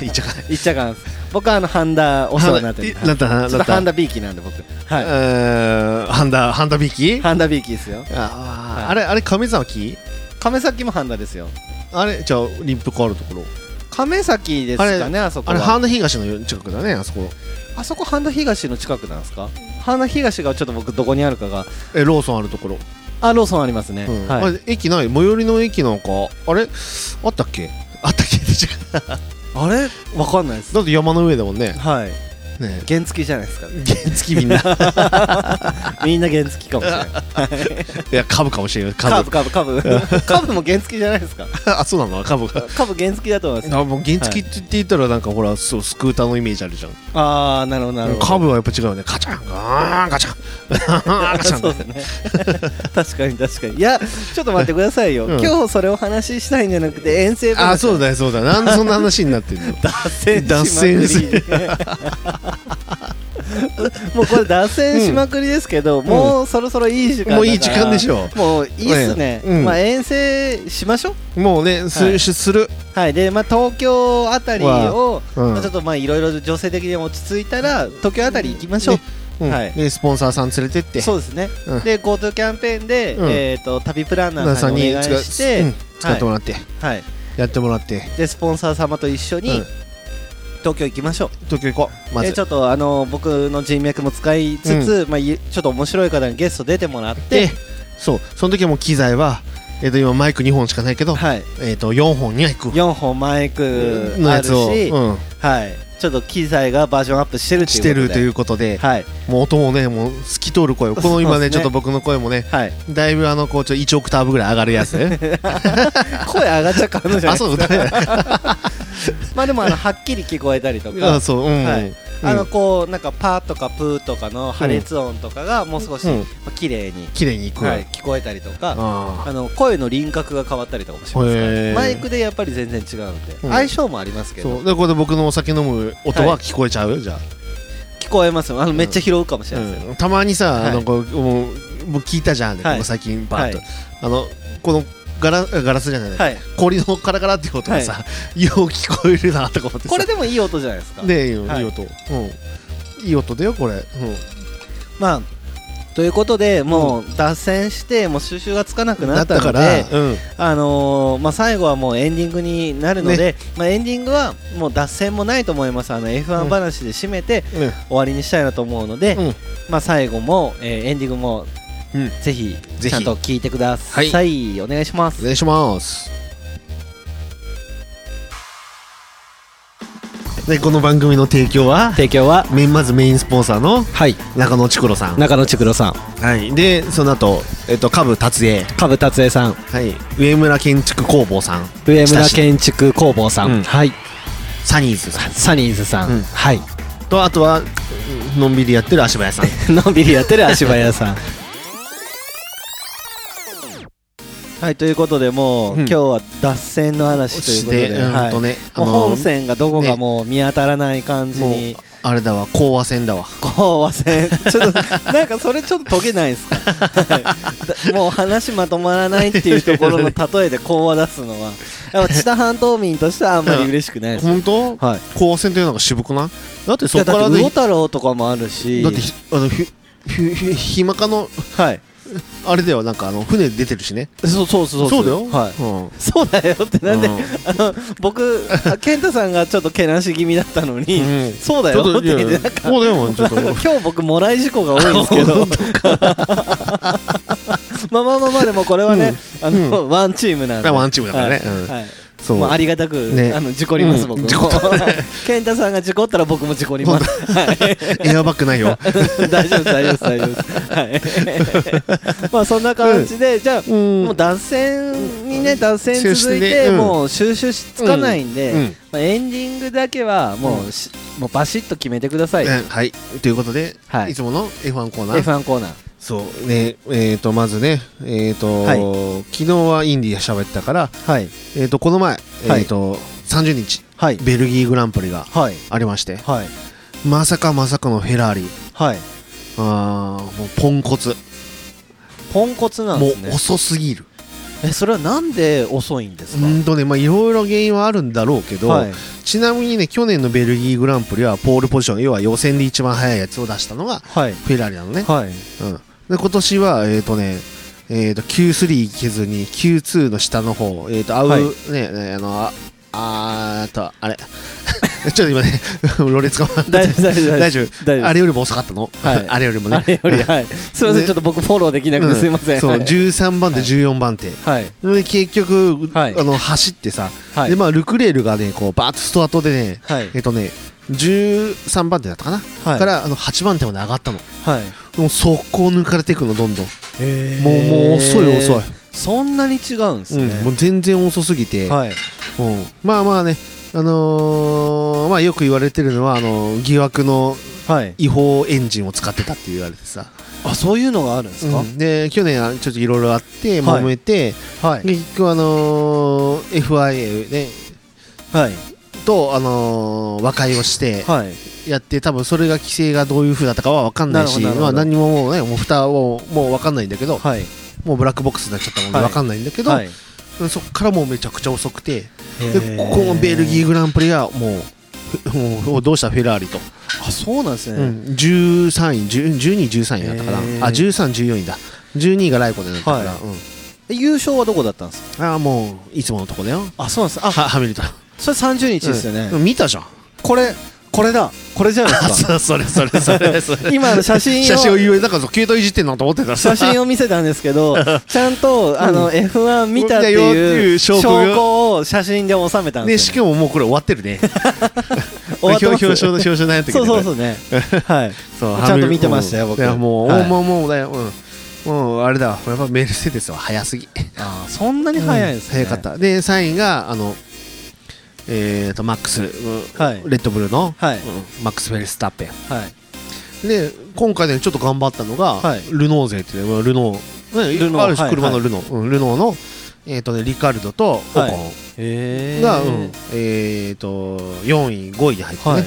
S3: 言っちゃかない
S2: 一茶館僕はあの半田お世話になってる
S3: 半田えなったな
S2: ちょっ
S3: な
S2: と
S3: った
S2: 半田ビーキなんで僕
S3: え
S2: はい
S3: ー半田半田ビーキ
S2: 半田ビーキですよ
S3: あ
S2: はい
S3: ーあれあれ亀崎
S2: 亀崎も半田ですよ
S3: あれじゃあ林復あるところ
S2: 亀崎ですかねあそこ
S3: あ
S2: は
S3: れ半田東の近くだねあそこ
S2: あそこ半田東の近くなんですか半田東がちょっと僕どこにあるかが
S3: えローソンあるところ
S2: あローソンありますね、
S3: うん
S2: はい
S3: あれ駅ない最寄りの駅なんかあれあったっけ あったっけ
S2: あれわかんないです
S3: だって山の上だもんね
S2: はい
S3: ね
S2: 原付じゃない ですか
S3: 原付みんない
S2: みんな原付かもしれ ない
S3: や株かもしれない
S2: カ
S3: 株
S2: ブカブカブ カブも原付じゃないですか
S3: あそうなの株が
S2: カブ原付だと思います
S3: あもう原付って言ったらなんかほらそうスクーターのイメージあるじゃん
S2: ああなるほどなるほど
S3: 株はやっぱ違うよねカチャンガーンガチャ ンガチャン
S2: そうですね確かに確かにいやちょっと待ってくださいよ、
S3: うん
S2: 今日それを話ししたいんじゃなくて遠征話
S3: あそうだよそう だよなんでそんな話になってんの
S2: 脱線しまくり
S3: 脱線する
S2: もうこれ脱線しまくりですけど、もうそろそろいい時間だから
S3: もういい時間でしょ
S2: もういいっすね、
S3: うん
S2: まあ遠征しましょう
S3: もうねす,、
S2: はい
S3: する
S2: はいでまあ東京あたりを、
S3: うん
S2: まあちょっとまあいろいろ女性的にも落ち着いたら東京あたり行きましょう、
S3: ねうん
S2: はい
S3: でスポンサーさん連れてって
S2: そうですね、
S3: うん
S2: で GoTo キャンペーンで、
S3: うん
S2: えー、と旅プランナー
S3: 皆
S2: さ
S3: さ
S2: ん
S3: ん
S2: に
S3: に
S2: お願い
S3: 使う
S2: して、
S3: うん使ってもらって、
S2: はい、
S3: やってもらって
S2: でスポンサー様と一緒に、
S3: うん
S2: 東京行きましょう、
S3: 東京行こうま
S2: で
S3: ず
S2: ちょっとあの僕の人脈も使いつつ、まあ、いちょっと面白い方にゲスト出てもらって、
S3: でそうその時はもう機材は、えー、と今マイク2本しかないけど、
S2: はい、
S3: えー、と4本には行く
S2: 4本マイク
S3: の
S2: あ
S3: や
S2: る
S3: つを、
S2: し、
S3: うん、
S2: はい、ちょっと機材がバージョンアップしてるっていう
S3: してるといううことで、
S2: はい
S3: もう音もねもう透き通る声をこの
S2: そ
S3: 今ね
S2: うですね
S3: ちょっと僕の声もね
S2: はい
S3: だいぶあのこうちょ1オクターブぐらい上がる やつ
S2: 声上がっちゃうかもしれな
S3: あ
S2: い
S3: そう歌 えない
S2: まあでもあのはっきり聞こえたりとか
S3: あそううん、
S2: はい
S3: うん
S2: あのこうなんかパーとかプーとかの破裂音とかがもう少し
S3: うん
S2: まあ綺麗に、
S3: 綺麗に行く、
S2: はい、聞こえたりとか
S3: あ
S2: あの声の輪郭が変わったりとかもしますから
S3: へー
S2: マイクでやっぱり全然違うので、
S3: うん
S2: 相性もありますけ
S3: ー
S2: ど
S3: そうでこれで僕のお酒飲む音
S2: は
S3: は聞こえちゃう、じゃあ
S2: 聞こえますよあのめっちゃ拾うかもしれないですよ、
S3: うんたまにさ、
S2: はい
S3: あのこうもうもう聞いたじゃん、ね
S2: はい
S3: ここ最近バーッと、
S2: は
S3: あのこのガラガラスじゃない、
S2: はい
S3: 氷のカラカラっていう音がさ、よう聞こえるなとか思ってさ
S2: これでもいい音じゃないですか、
S3: ねいいよ、
S2: はい
S3: いい音、うん、いい音だよこれ、うん、
S2: まあということでもう脱線してもう収集がつかなくなったので
S3: うん、
S2: あのーまあ、最後はもうエンディングになるので、まあ、エンディングはもう脱線もないと思いますあの F1 話で締めて
S3: うん
S2: 終わりにしたいなと思うので、
S3: うん
S2: まあ、最後も、えーエンディングも、
S3: うん
S2: ぜひ
S3: ひ
S2: ちゃんと聞いてください、
S3: は
S2: お願いしま
S3: お
S2: す
S3: 願いしますでこの番組の提供は
S2: 提供は
S3: メインまずメインスポンサーの
S2: はい
S3: 中野ちくろさん、
S2: 中野千黒さん
S3: はい、でその後、えっと下部達也、
S2: 株達也さん
S3: はい、上村建築工房さん
S2: 上
S3: 村
S2: 建築工房さ
S3: ん
S2: はい
S3: サニーズさん
S2: サニーズさ
S3: ん
S2: はい
S3: とあとはのんびりやってる足早さん
S2: のんびりやってる足早さんはいということでもう、
S3: うん
S2: 今日は脱線の話ということで
S3: うん
S2: はい
S3: とね
S2: もう本
S3: ー
S2: 線がどこが
S3: ね
S2: もう見当たらない感じに、
S3: もうあれだわ講和戦だわ
S2: こう和 線ちょっとなんかそれちょっと解けないですかはいだもう話まとまらないっていうところの例えで講和出すのはやっぱ知多半島民としてはあんまり嬉しくないです、
S3: 本当
S2: はい
S3: 講和戦ってなんか渋くないだって
S2: い
S3: そ
S2: や
S3: こか
S2: だ
S3: ら
S2: って魚
S3: ね
S2: 太郎とかもあるし
S3: だってひあのひひひひまかの
S2: はい
S3: あれだよなんかあの船出てるしね
S2: そうそうそう
S3: そうだよ、
S2: はい
S3: うん
S2: そうだよってなんで、
S3: うん
S2: あの僕あ健太さんがちょっとけなし気味だったのに、
S3: うん
S2: そうだ
S3: ち
S2: よ
S3: ょっ
S2: っ
S3: と
S2: て言 って
S3: い
S2: な
S3: や
S2: んか
S3: そうだよちょっと
S2: 今日僕もらい事故が多いんですけ どまあまあまあまあでもこれはね、あの、ワンチームなんで
S3: ワンチームだからね
S2: はい
S3: うん
S2: はい
S3: そう
S2: まあ、ありがたく、
S3: ね
S2: あの事故ります、
S3: うん
S2: 僕も
S3: 事故
S2: 健太さんが事故ったら僕も事故りますはい
S3: エアバッグないよ
S2: 大丈夫です大丈夫です大丈夫ですはいまあそんな感じで、じゃあ
S3: うん
S2: もう脱線にね脱線続いて、
S3: うん
S2: もう収集しつかないんで、
S3: うんうん
S2: まあ、エンディングだけはもうし、もうバシッと決めてください、
S3: うんはいということで、
S2: はい
S3: い、つもの F1 コーナー
S2: F1 コーナー
S3: そうねえー、とまずねえー、と、
S2: はい
S3: 昨日はインディア喋ったから
S2: はい
S3: えー、とこの前、
S2: はい
S3: えー、と30日
S2: はい
S3: ベルギーグランプリが
S2: はい
S3: ありまして
S2: はい
S3: まさかまさかのフェラーリ
S2: はい
S3: あーもうポンコツ
S2: ポンコツなん
S3: も
S2: で
S3: う
S2: すね
S3: 遅すぎる
S2: えそれはなんで遅いんです
S3: う
S2: か、
S3: んとねまあいろいろ原因はあるんだろうけど、
S2: はい
S3: ちなみにね去年のベルギーグランプリはポールポジション要は予選で一番速いやつを出したのが
S2: はい
S3: フェラーリなのね、
S2: はい
S3: うん、で今年はえっ、とねえー、と Q3 行けずに Q2 の下の方、えー、とアウ、
S2: はい
S3: ねねあのああーとあれ ちょっと今ね ロレつかま
S2: 大丈夫 大丈夫
S3: 大丈夫
S2: 大丈夫
S3: あれよりも遅かったの、
S2: はい
S3: あれよりもね
S2: あれよりはいすいません
S3: ね
S2: ちょっと僕フォローできなく
S3: う
S2: て
S3: ん
S2: すいません、
S3: そう
S2: はい
S3: 13番手14番手、
S2: はい
S3: で結局、
S2: はい
S3: あの走ってさ、
S2: はい
S3: でまあ、ルクレールがねこうバーッとストアトでね、
S2: はい
S3: えっとね13番手だったかな、
S2: はい
S3: からあの8番手まで上がったの
S2: はい
S3: もう速攻抜かれていくのどんどん、も
S2: へー
S3: うもう遅い遅い、
S2: そんなに違うんです
S3: うん
S2: ね、
S3: もう全然遅すぎて、
S2: はい
S3: うんまあまあねあのーまあよく言われてるのはあの疑惑の
S2: はい
S3: 違法エンジンを使ってたって言われてさ、
S2: あそういうのがあるんですか、
S3: うんで去年はちょっといろいろあって
S2: はい
S3: 揉めて、
S2: はい
S3: 結局あのー FIA ね
S2: はい
S3: と、あのー和解をして
S2: はい
S3: やって多分それが規制がどういう風だったかは分かんないし
S2: なるほど
S3: まあ、
S2: な
S3: 何にももうねもう蓋をもう分かんないんだけど、
S2: はい
S3: もうブラックボックスになっちゃったもんで
S2: はい
S3: 分かんないんだけど、
S2: はい
S3: そっからもうめちゃくちゃ遅くてで
S2: へー
S3: ここのベルギーグランプリはもう。ふ もうどうしたフェラーリと、
S2: あそうなんです
S3: う
S2: ね、
S3: ん、13位10 12位13位だったかな、
S2: へー
S3: あ1314位だ12位がライコでだったから、
S2: は
S3: うん
S2: 優勝はどこだったんですか
S3: ああもういつものとこだよ
S2: あそうなんです
S3: は
S2: あ
S3: ハミルトン
S2: それ30日ですよね、
S3: うん見たじゃん
S2: これこれだこれじゃないですか
S3: そうそれそれそれそ れ
S2: 今あの 写真を
S3: 写真を言うなんかそう携帯いじってんなと思ってた
S2: 写真を見せたんですけ どちゃんとあの F1 見たって
S3: 見たよってい
S2: いうう
S3: 証
S2: 証
S3: 拠が
S2: 拠を写真で収めたん
S3: ね
S2: で
S3: し
S2: すよ、ね
S3: かももうこれ終わってるね
S2: 終わってます
S3: 表表彰の表彰なんやったっけ
S2: そう
S3: ど
S2: そうそう ね はいちゃんと見てましたよ僕
S3: いやもう、
S2: はい
S3: もうもうねうんもうあれだわやっぱメルセデスは早すぎ
S2: あーそんなに早いんですね、
S3: 早かったで3位があのえーとマックス、うん
S2: はい
S3: レッドブルの、
S2: はい
S3: うんマックス・フェルスタッペン
S2: はい
S3: で今回ねちょっと頑張ったのが、
S2: はい
S3: ルノー勢っていうルノー、ね、
S2: ルノー
S3: ある種
S2: はい
S3: 車のルノー、うんルノーの、えーとね、リカルドとオコ
S2: はい
S3: ン
S2: へえ
S3: が、うんえーと4位5位に入ってね、
S2: はい
S3: うん、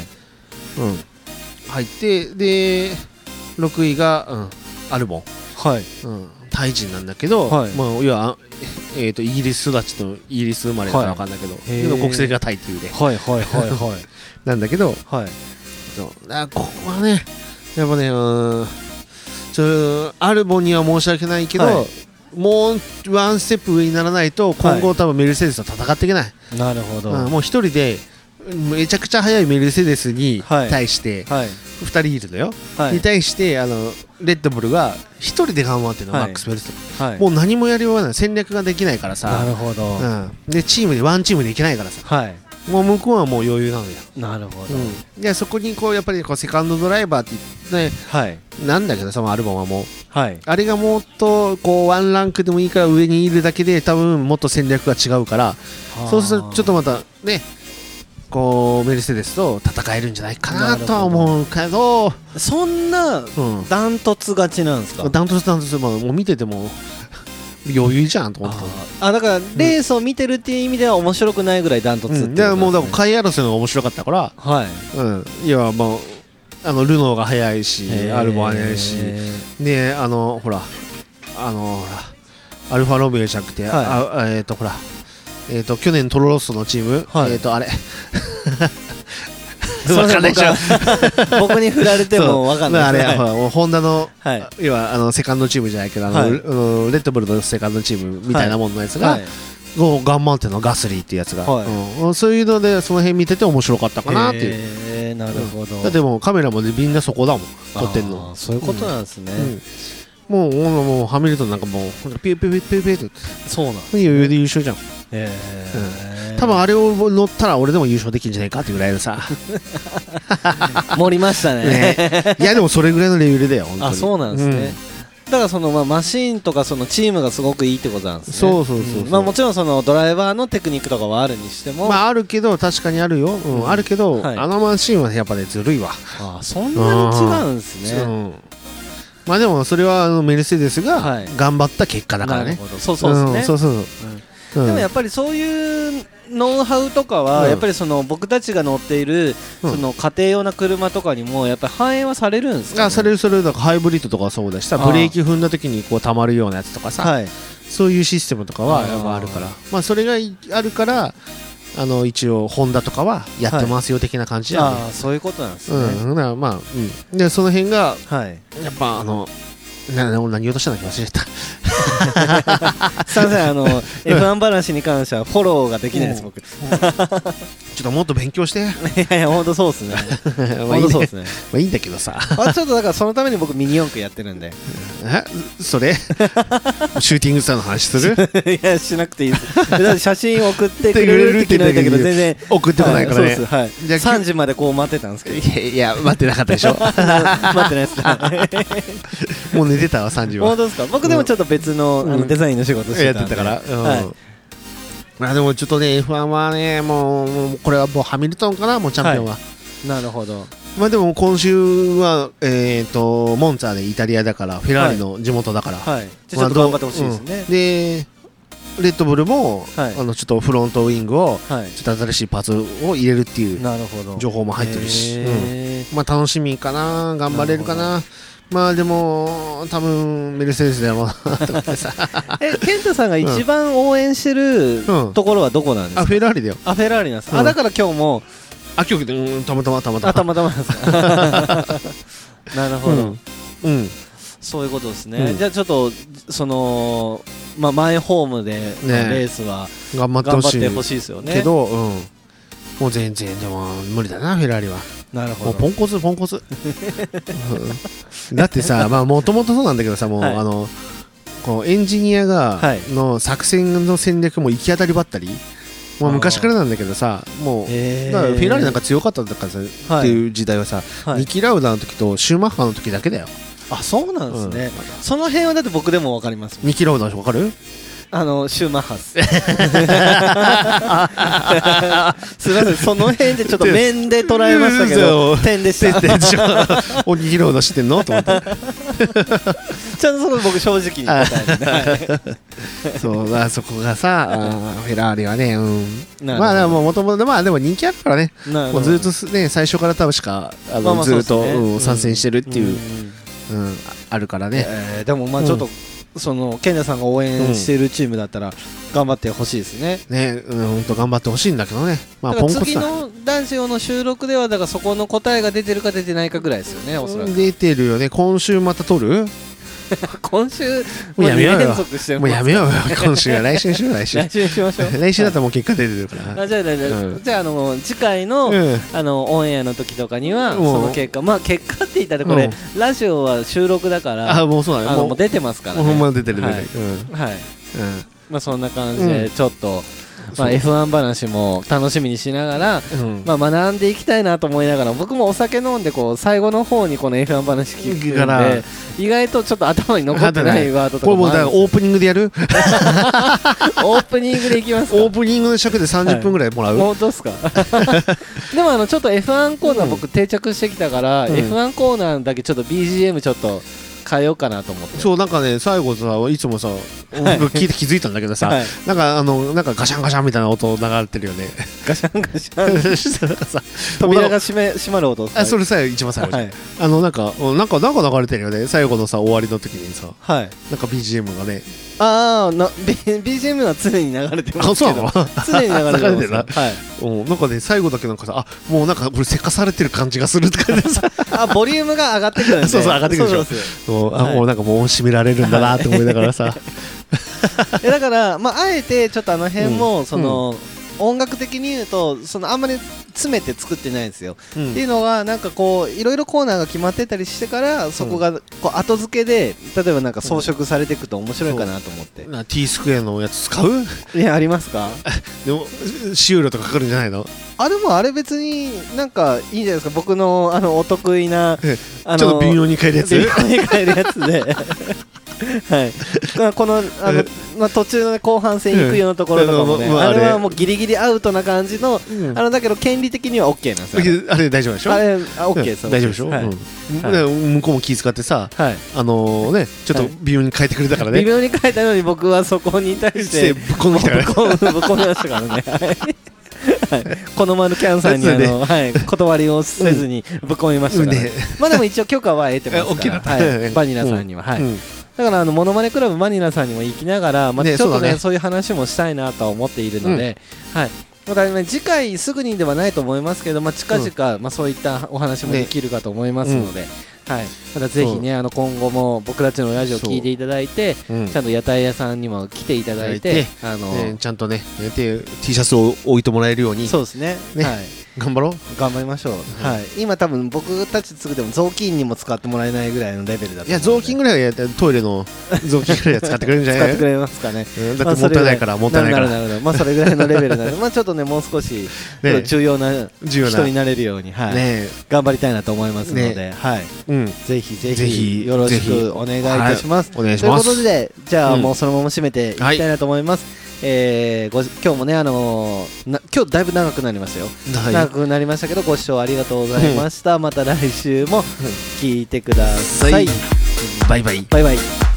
S3: 入ってで6位が、うん、アルボン、
S2: はい
S3: うん、タイ人なんだけど、
S2: はい
S3: まあ、要は、えー、とイギリス育ちとイギリス生まれだから分かんないけど、
S2: へー
S3: けど国籍がタイっていうで
S2: はいはいはいはい
S3: なんだけど
S2: はい
S3: そうだからここはねやっぱねうーんちょアルボンには申し訳ないけど、
S2: は
S3: もうワンステップ上にならないと今後多分メルセデスと戦っていけない、
S2: なるほど、
S3: うんもう一人でめちゃくちゃ速いメルセデスに
S2: はい
S3: 対して
S2: はい
S3: 2人いるのよ、
S2: はい
S3: に対してあのレッドブルが一人で頑張ってるの、
S2: はい
S3: マックス・ベルストン、
S2: はい
S3: もう何もやりようがない戦略ができないから
S2: な
S3: さ、
S2: るほど、
S3: うん、でチームでワンチームでいけないからさ
S2: はい
S3: もう向こうはもう余裕なのよ、
S2: なるほど、
S3: うん、でそこにこうやっぱりこうセカンドドライバーって言って、
S2: はい
S3: なんだけどそのアルバムはもう
S2: はい
S3: あれがもっとこうワンランクでもいいから上にいるだけで多分もっと戦略が違うからそうするとちょっとまたねこうメルセデスと戦えるんじゃないかなとは思うけど
S2: とそんな
S3: うん
S2: ダントツ勝ちなんですか
S3: ダントツダントツまあもう見てても余裕じゃんと思ってた
S2: あだからレースを見てるっていう意味では面白くないぐらいダントツってい
S3: うん
S2: う
S3: だからもうだ
S2: こ
S3: から
S2: と
S3: 買い争いのが面白かったから
S2: ですねはい
S3: うんいやもうあのルノーが速いし
S2: へー
S3: アルボは速いしねあのほらあのほらアルファロメオじゃなくて、
S2: はい
S3: ああえっ、とほらえっ、と去年トロロッソのチーム、
S2: はい
S3: えっ、とあれ
S2: すいません
S3: わかんないでしょ
S2: 僕に振られても分かんない
S3: そう
S2: です
S3: まああ
S2: ね
S3: れ、ほらホンダの、
S2: はい
S3: 要はあのセカンドチームじゃないけどあの、
S2: はい
S3: あのレッドブルのセカンドチームみたいなもんのやつが、
S2: はい
S3: こう頑張ってんのガスリーっていうやつが、
S2: はい
S3: うんそういうのでその辺見てて面白かったかなっていう、
S2: へーなるほど
S3: だってもうカメラもみんなそこだもん撮ってんの
S2: あーそういうことなんですね
S3: うんもうもうもうハミルトンなんかもうほんとピューピューピューピューピューって
S2: そうなん
S3: 余裕で優勝じゃん、
S2: へー
S3: 多分あれを乗ったら俺でも優勝できるんじゃないかってぐらいのさ、
S2: 盛りましたね
S3: ね、いやでもそれぐらいのレベルだよ本当に
S2: あそうなんですね、だからそのまあマシーンとかそのチームがすごくいいってことなんですね
S3: そうそうそうそうん
S2: まあもちろんそのドライバーのテクニックとかはあるにして
S3: う
S2: も、
S3: んまああるけど確かにあるよ、うんあるけど、
S2: はい
S3: あのマシンはやっぱねずるいわ、
S2: あそんなに違うんです
S3: う
S2: ね
S3: んまあでもそれはあのメルセデス
S2: は
S3: が
S2: い
S3: 頑張った結果だから
S2: なる
S3: ね、
S2: ほどそうそうですね、
S3: んそうそうそう、うん
S2: でもやっぱりそういうノウハウとかは、
S3: うん
S2: やっぱりその僕たちが乗っている、
S3: うん
S2: その家庭用な車とかにもやっぱり反映はされるんですか、ね、
S3: あそれそれだからハイブリッドとかそうだしさ
S2: あー
S3: ブレーキ踏んだ時にこう溜まるようなやつとかさ、
S2: はい
S3: そういうシステムとかは
S2: あー
S3: やっぱあるからまあそれがいあるからあの一応ホンダとかはやってますよ的な感じだよね、
S2: ああそういうことなんですね、
S3: うんだからまあ、うん、でその辺が
S2: はい
S3: やっぱあのなな俺何言おうとしたんだっけ忘れた
S2: すいませんあの F1 話に関してはフォローができないです僕い
S3: ちょっともっと勉強して
S2: やいや本当そう ですね
S3: まあ
S2: 本
S3: い
S2: 当
S3: い,、ね
S2: そう
S3: ま
S2: です ね
S3: あ、いいんだけどさ
S2: あちょっとだからそのために僕ミニ四駆やってるんで
S3: えそれ シューティングスターの話 する
S2: いやしなくていいですだって写真送ってくれるって言ってたけど全然
S3: 送ってこないからね、
S2: はいそうですはい
S3: じゃあ
S2: 3時までこう待ってたんですけど
S3: いやいや待ってなかった でしょ
S2: 待ってないですね
S3: もう寝てたわ3時は
S2: 本当ですか僕でもちょっと別の,、あ
S3: うん
S2: のデザインの仕事して
S3: や
S2: た
S3: っ
S2: ん
S3: て
S2: で
S3: たから、うん
S2: はい
S3: まあでもちょっとね F1 はねもうもうこれはもうハミルトンかなもうチャンピオンは、
S2: なるほど
S3: まあでも今週はえっ、とモンツァでイタリアだからフェラーリの地元だから、
S2: はいじゃあちょっと頑張ってほしいですね、
S3: うんでレッドブルも、
S2: はい
S3: あのちょっとフロントウイングを
S2: はい
S3: ちょっと新しいパーツを入れるっていう
S2: なるほど
S3: 情報も入ってるし、
S2: へー
S3: うんまあ楽しみかな頑張れるかなまあでも多分メルセデス だろうなと思ってさ
S2: え健太さんが一番応援してる
S3: うん
S2: ところはどこなんです
S3: あ
S2: か
S3: フェラーリだよ
S2: あフェラーリなんです、
S3: う
S2: あ
S3: ん
S2: だから今日も
S3: あ今日うんたまたまたまた
S2: あ
S3: ま
S2: たまたまなんです かなるほど、
S3: うんうん
S2: そういうことですね、
S3: うん
S2: じゃあちょっとそのまあマイホームで
S3: え
S2: レースは
S3: 頑張って
S2: 頑
S3: ほ
S2: 張っ
S3: しい
S2: てほしいですよね
S3: けど、うんもう全然でも無理だなフェラーリは
S2: なるほ
S3: もう
S2: ど
S3: ポンコツポン コツうんだってさまあもともとそうなんだけどさもう、
S2: はい
S3: あのこうエンジニアが
S2: はい
S3: の作戦の戦略も行き当たりばったり、まあ、昔からなんだけどさもう、
S2: え
S3: だからフェラーリなんか強かったんだからさ、っていう時代はさ、
S2: はい
S3: ニキ・ラウダの時とシューマッハの時だけだよ、
S2: あそうなんですね、その辺はだって僕でもわかりますもん
S3: ニキ・ラウダわかる
S2: あのシューマッ ハっすすいませんその辺でちょっと面で捉えましたけど
S3: 嘘
S2: 点でしたち
S3: でしょ おニキ・ラウダ知ってんのと思って
S2: ゃんとその僕正直に答えて、はい
S3: そうだからそこがさあーフェラーリはねうん
S2: なるほど
S3: まあでももともとまあでも人気あるからね
S2: なる ほ
S3: もう
S2: ど
S3: ずっとね最初から多分しかあの、
S2: まあまあ
S3: ずっ
S2: そ
S3: と、
S2: うですね
S3: うん参戦してるっていう、
S2: ん
S3: うんあるからね、
S2: えーでもまあちょっと、その健太さんが応援してるチームだったら頑張ってほしいですね、
S3: ねうん本当頑張ってほしいんだけどねまあ
S2: だか
S3: ポ
S2: ら
S3: ンコツ
S2: 次
S3: だ
S2: の男子用の収録ではだからそこの答えが出てるか出てないかぐらいですよねおそらく、
S3: 出てるよね今週また撮る
S2: 今週
S3: もうやめようよ
S2: も連続して
S3: もう やめようよ今週は来週にしよう来週
S2: 来週にしましょう
S3: 来週だったらもう結果出てるから
S2: あじゃあじゃあじゃあ、
S3: うん
S2: じゃああの次回の、
S3: うん
S2: あのオンエアの時とかには
S3: う
S2: そ
S3: ん
S2: の結果まあ結果って言ったらこれ、ラジオは収録だから
S3: あもうそうだ
S2: あの
S3: ねもう
S2: もう出てますから、
S3: もう
S2: ね、
S3: ほんま出てる出
S2: は
S3: て
S2: い
S3: る、うん
S2: はい
S3: うん
S2: まあそんな感じ
S3: う
S2: でちょっと、まあ、F1 話も楽しみにしながら、
S3: うん
S2: まあ、学んでいきたいなと思いながら僕もお酒飲んでこう最後の方にこの F1 話聞くん
S3: 聞
S2: で
S3: くから
S2: 意外とちょっと頭に残ってないワードとか
S3: これも
S2: も
S3: うだ
S2: あ
S3: から
S2: る
S3: オープニングでやる
S2: オープニングでいきますか
S3: オープニングの尺で30分ぐらいもらう、
S2: 本当っすか でもあのちょっと F1 コーナー僕定着してきたから、
S3: うん
S2: F1 コーナーだけちょっと BGM ちょっと変えようかなと思って
S3: そうなんかね最後さいつもさ僕聞いて気づいたんだけどさ、
S2: はい
S3: なんかあのなんかガシャンガシャンみたいな音流れてるよね
S2: ガシャンガシャン
S3: なんかさ
S2: 扉が閉め閉まる音っすか
S3: あそれさ一番最後じゃん、
S2: はい
S3: あのなんかうんなんかなんか流れてるよね最後のさ終わりの時にさ
S2: はい
S3: なんか BGM がね
S2: ああ BGM は常に流れてますけど
S3: あそうなの
S2: 常に流れて
S3: 流れてるな
S2: ますはい
S3: うんなんかね最後だけなんかさあもうなんか俺せかされてる感じがするとかで さ
S2: あボリュームが上がってくるんで
S3: そうそう上がってくるでし
S2: そうなん
S3: ょ
S2: すよ
S3: そうあ
S2: はい
S3: もうなんかもう音締められるんだなって思いながらさ
S2: えだから、まあ、あえてちょっとあの辺も、その、音楽的に言うとそのあんまり詰めて作ってないんですよ、
S3: うん
S2: っていうのはなんかこういろいろコーナーが決まってたりしてからそこがこう後付けで例えばなんか装飾されていくと面白いかなと思って、
S3: な T スクエアのやつ使う
S2: いやありますか
S3: でも使用料とかかかるんじゃないの
S2: あでもあれ別になんかいいんじゃないですか僕のあのお得意な
S3: え
S2: あの
S3: ちょっと微妙に変えるやつ
S2: 微妙に変えるやつで はいまあ、このあの
S3: え、
S2: まあ、途中の後半戦行くようなところとかもね、
S3: うんあのまあ
S2: あれ
S3: あれ
S2: はもうギリギリアウトな感じの、
S3: うん
S2: あのだけど権利的には OK なんですよ
S3: あれ大丈夫でしょ
S2: あれあ OK です、
S3: うん大丈夫でしょ、
S2: はい
S3: うん
S2: はい
S3: だから向こうも気遣ってさ
S2: はい
S3: あのねちょっと微妙に変えてくれたから
S2: 微
S3: ね
S2: 妙に書いたのに僕はそこに対し
S3: して
S2: て
S3: ぶっこんできたから
S2: ぶっ
S3: ね
S2: こぶっこんでましたからね はいはいこの前のキャンさんにあの、はい、断りをせずにぶっ込みましたから、
S3: うんね
S2: まあでも一応許可は得て ますか
S3: え OK だ
S2: ら、
S3: った
S2: はい、バニラさんには、はい
S3: うん
S2: だからあのモノマネクラブバニラさんにも行きながら、まあ、ちょ
S3: ね
S2: っとね
S3: そ
S2: そうう
S3: だね
S2: いう話もしたいなとは思っているので、はいまたね、次回すぐにではないと思いますけど、まあ、近々、まあ、そういったお話もできるかと思いますので、はい、またぜひねあの今後も僕たちのラジオを聞いていただいて、
S3: うん
S2: ちゃんと屋台屋さんにも来ていただい
S3: いただ
S2: て
S3: いて、
S2: あの
S3: ねちゃんとねね T- T シャツを置いてもらえるように
S2: そうですね
S3: ね
S2: はい、
S3: 頑張ろう
S2: 頑張りましょう、はい、今多分僕たち作っても雑巾にも使ってもらえないぐらいのレベルだと思うので
S3: いや雑巾ぐらいはやってトイレの雑巾ぐらいは使ってくれるんじ ゃ
S2: 使
S3: な
S2: っ
S3: い
S2: てくれますかね
S3: うんだってもったいないからもったいないから
S2: なるほどるほどまあそれぐらいのレベル なのでまあちょっとねもう少し
S3: ね
S2: 重要な
S3: 重要な
S2: 人になれるように、はい
S3: ね
S2: 頑張りたいなと思いますので、
S3: ね
S2: はい、
S3: うん
S2: ぜひぜひ
S3: ぜひ
S2: よろし
S3: ぜひ
S2: くお願いいたします、
S3: はいお願いします
S2: ということでじゃあ
S3: うん
S2: もうそのまま締めていきたいなと思います、えーご今日もねあのーな今日だいぶ長くなりましたよ長くなりましたけどご視聴ありがとうございました、また来週も聞いてください、
S3: バイバイ
S2: バイバイ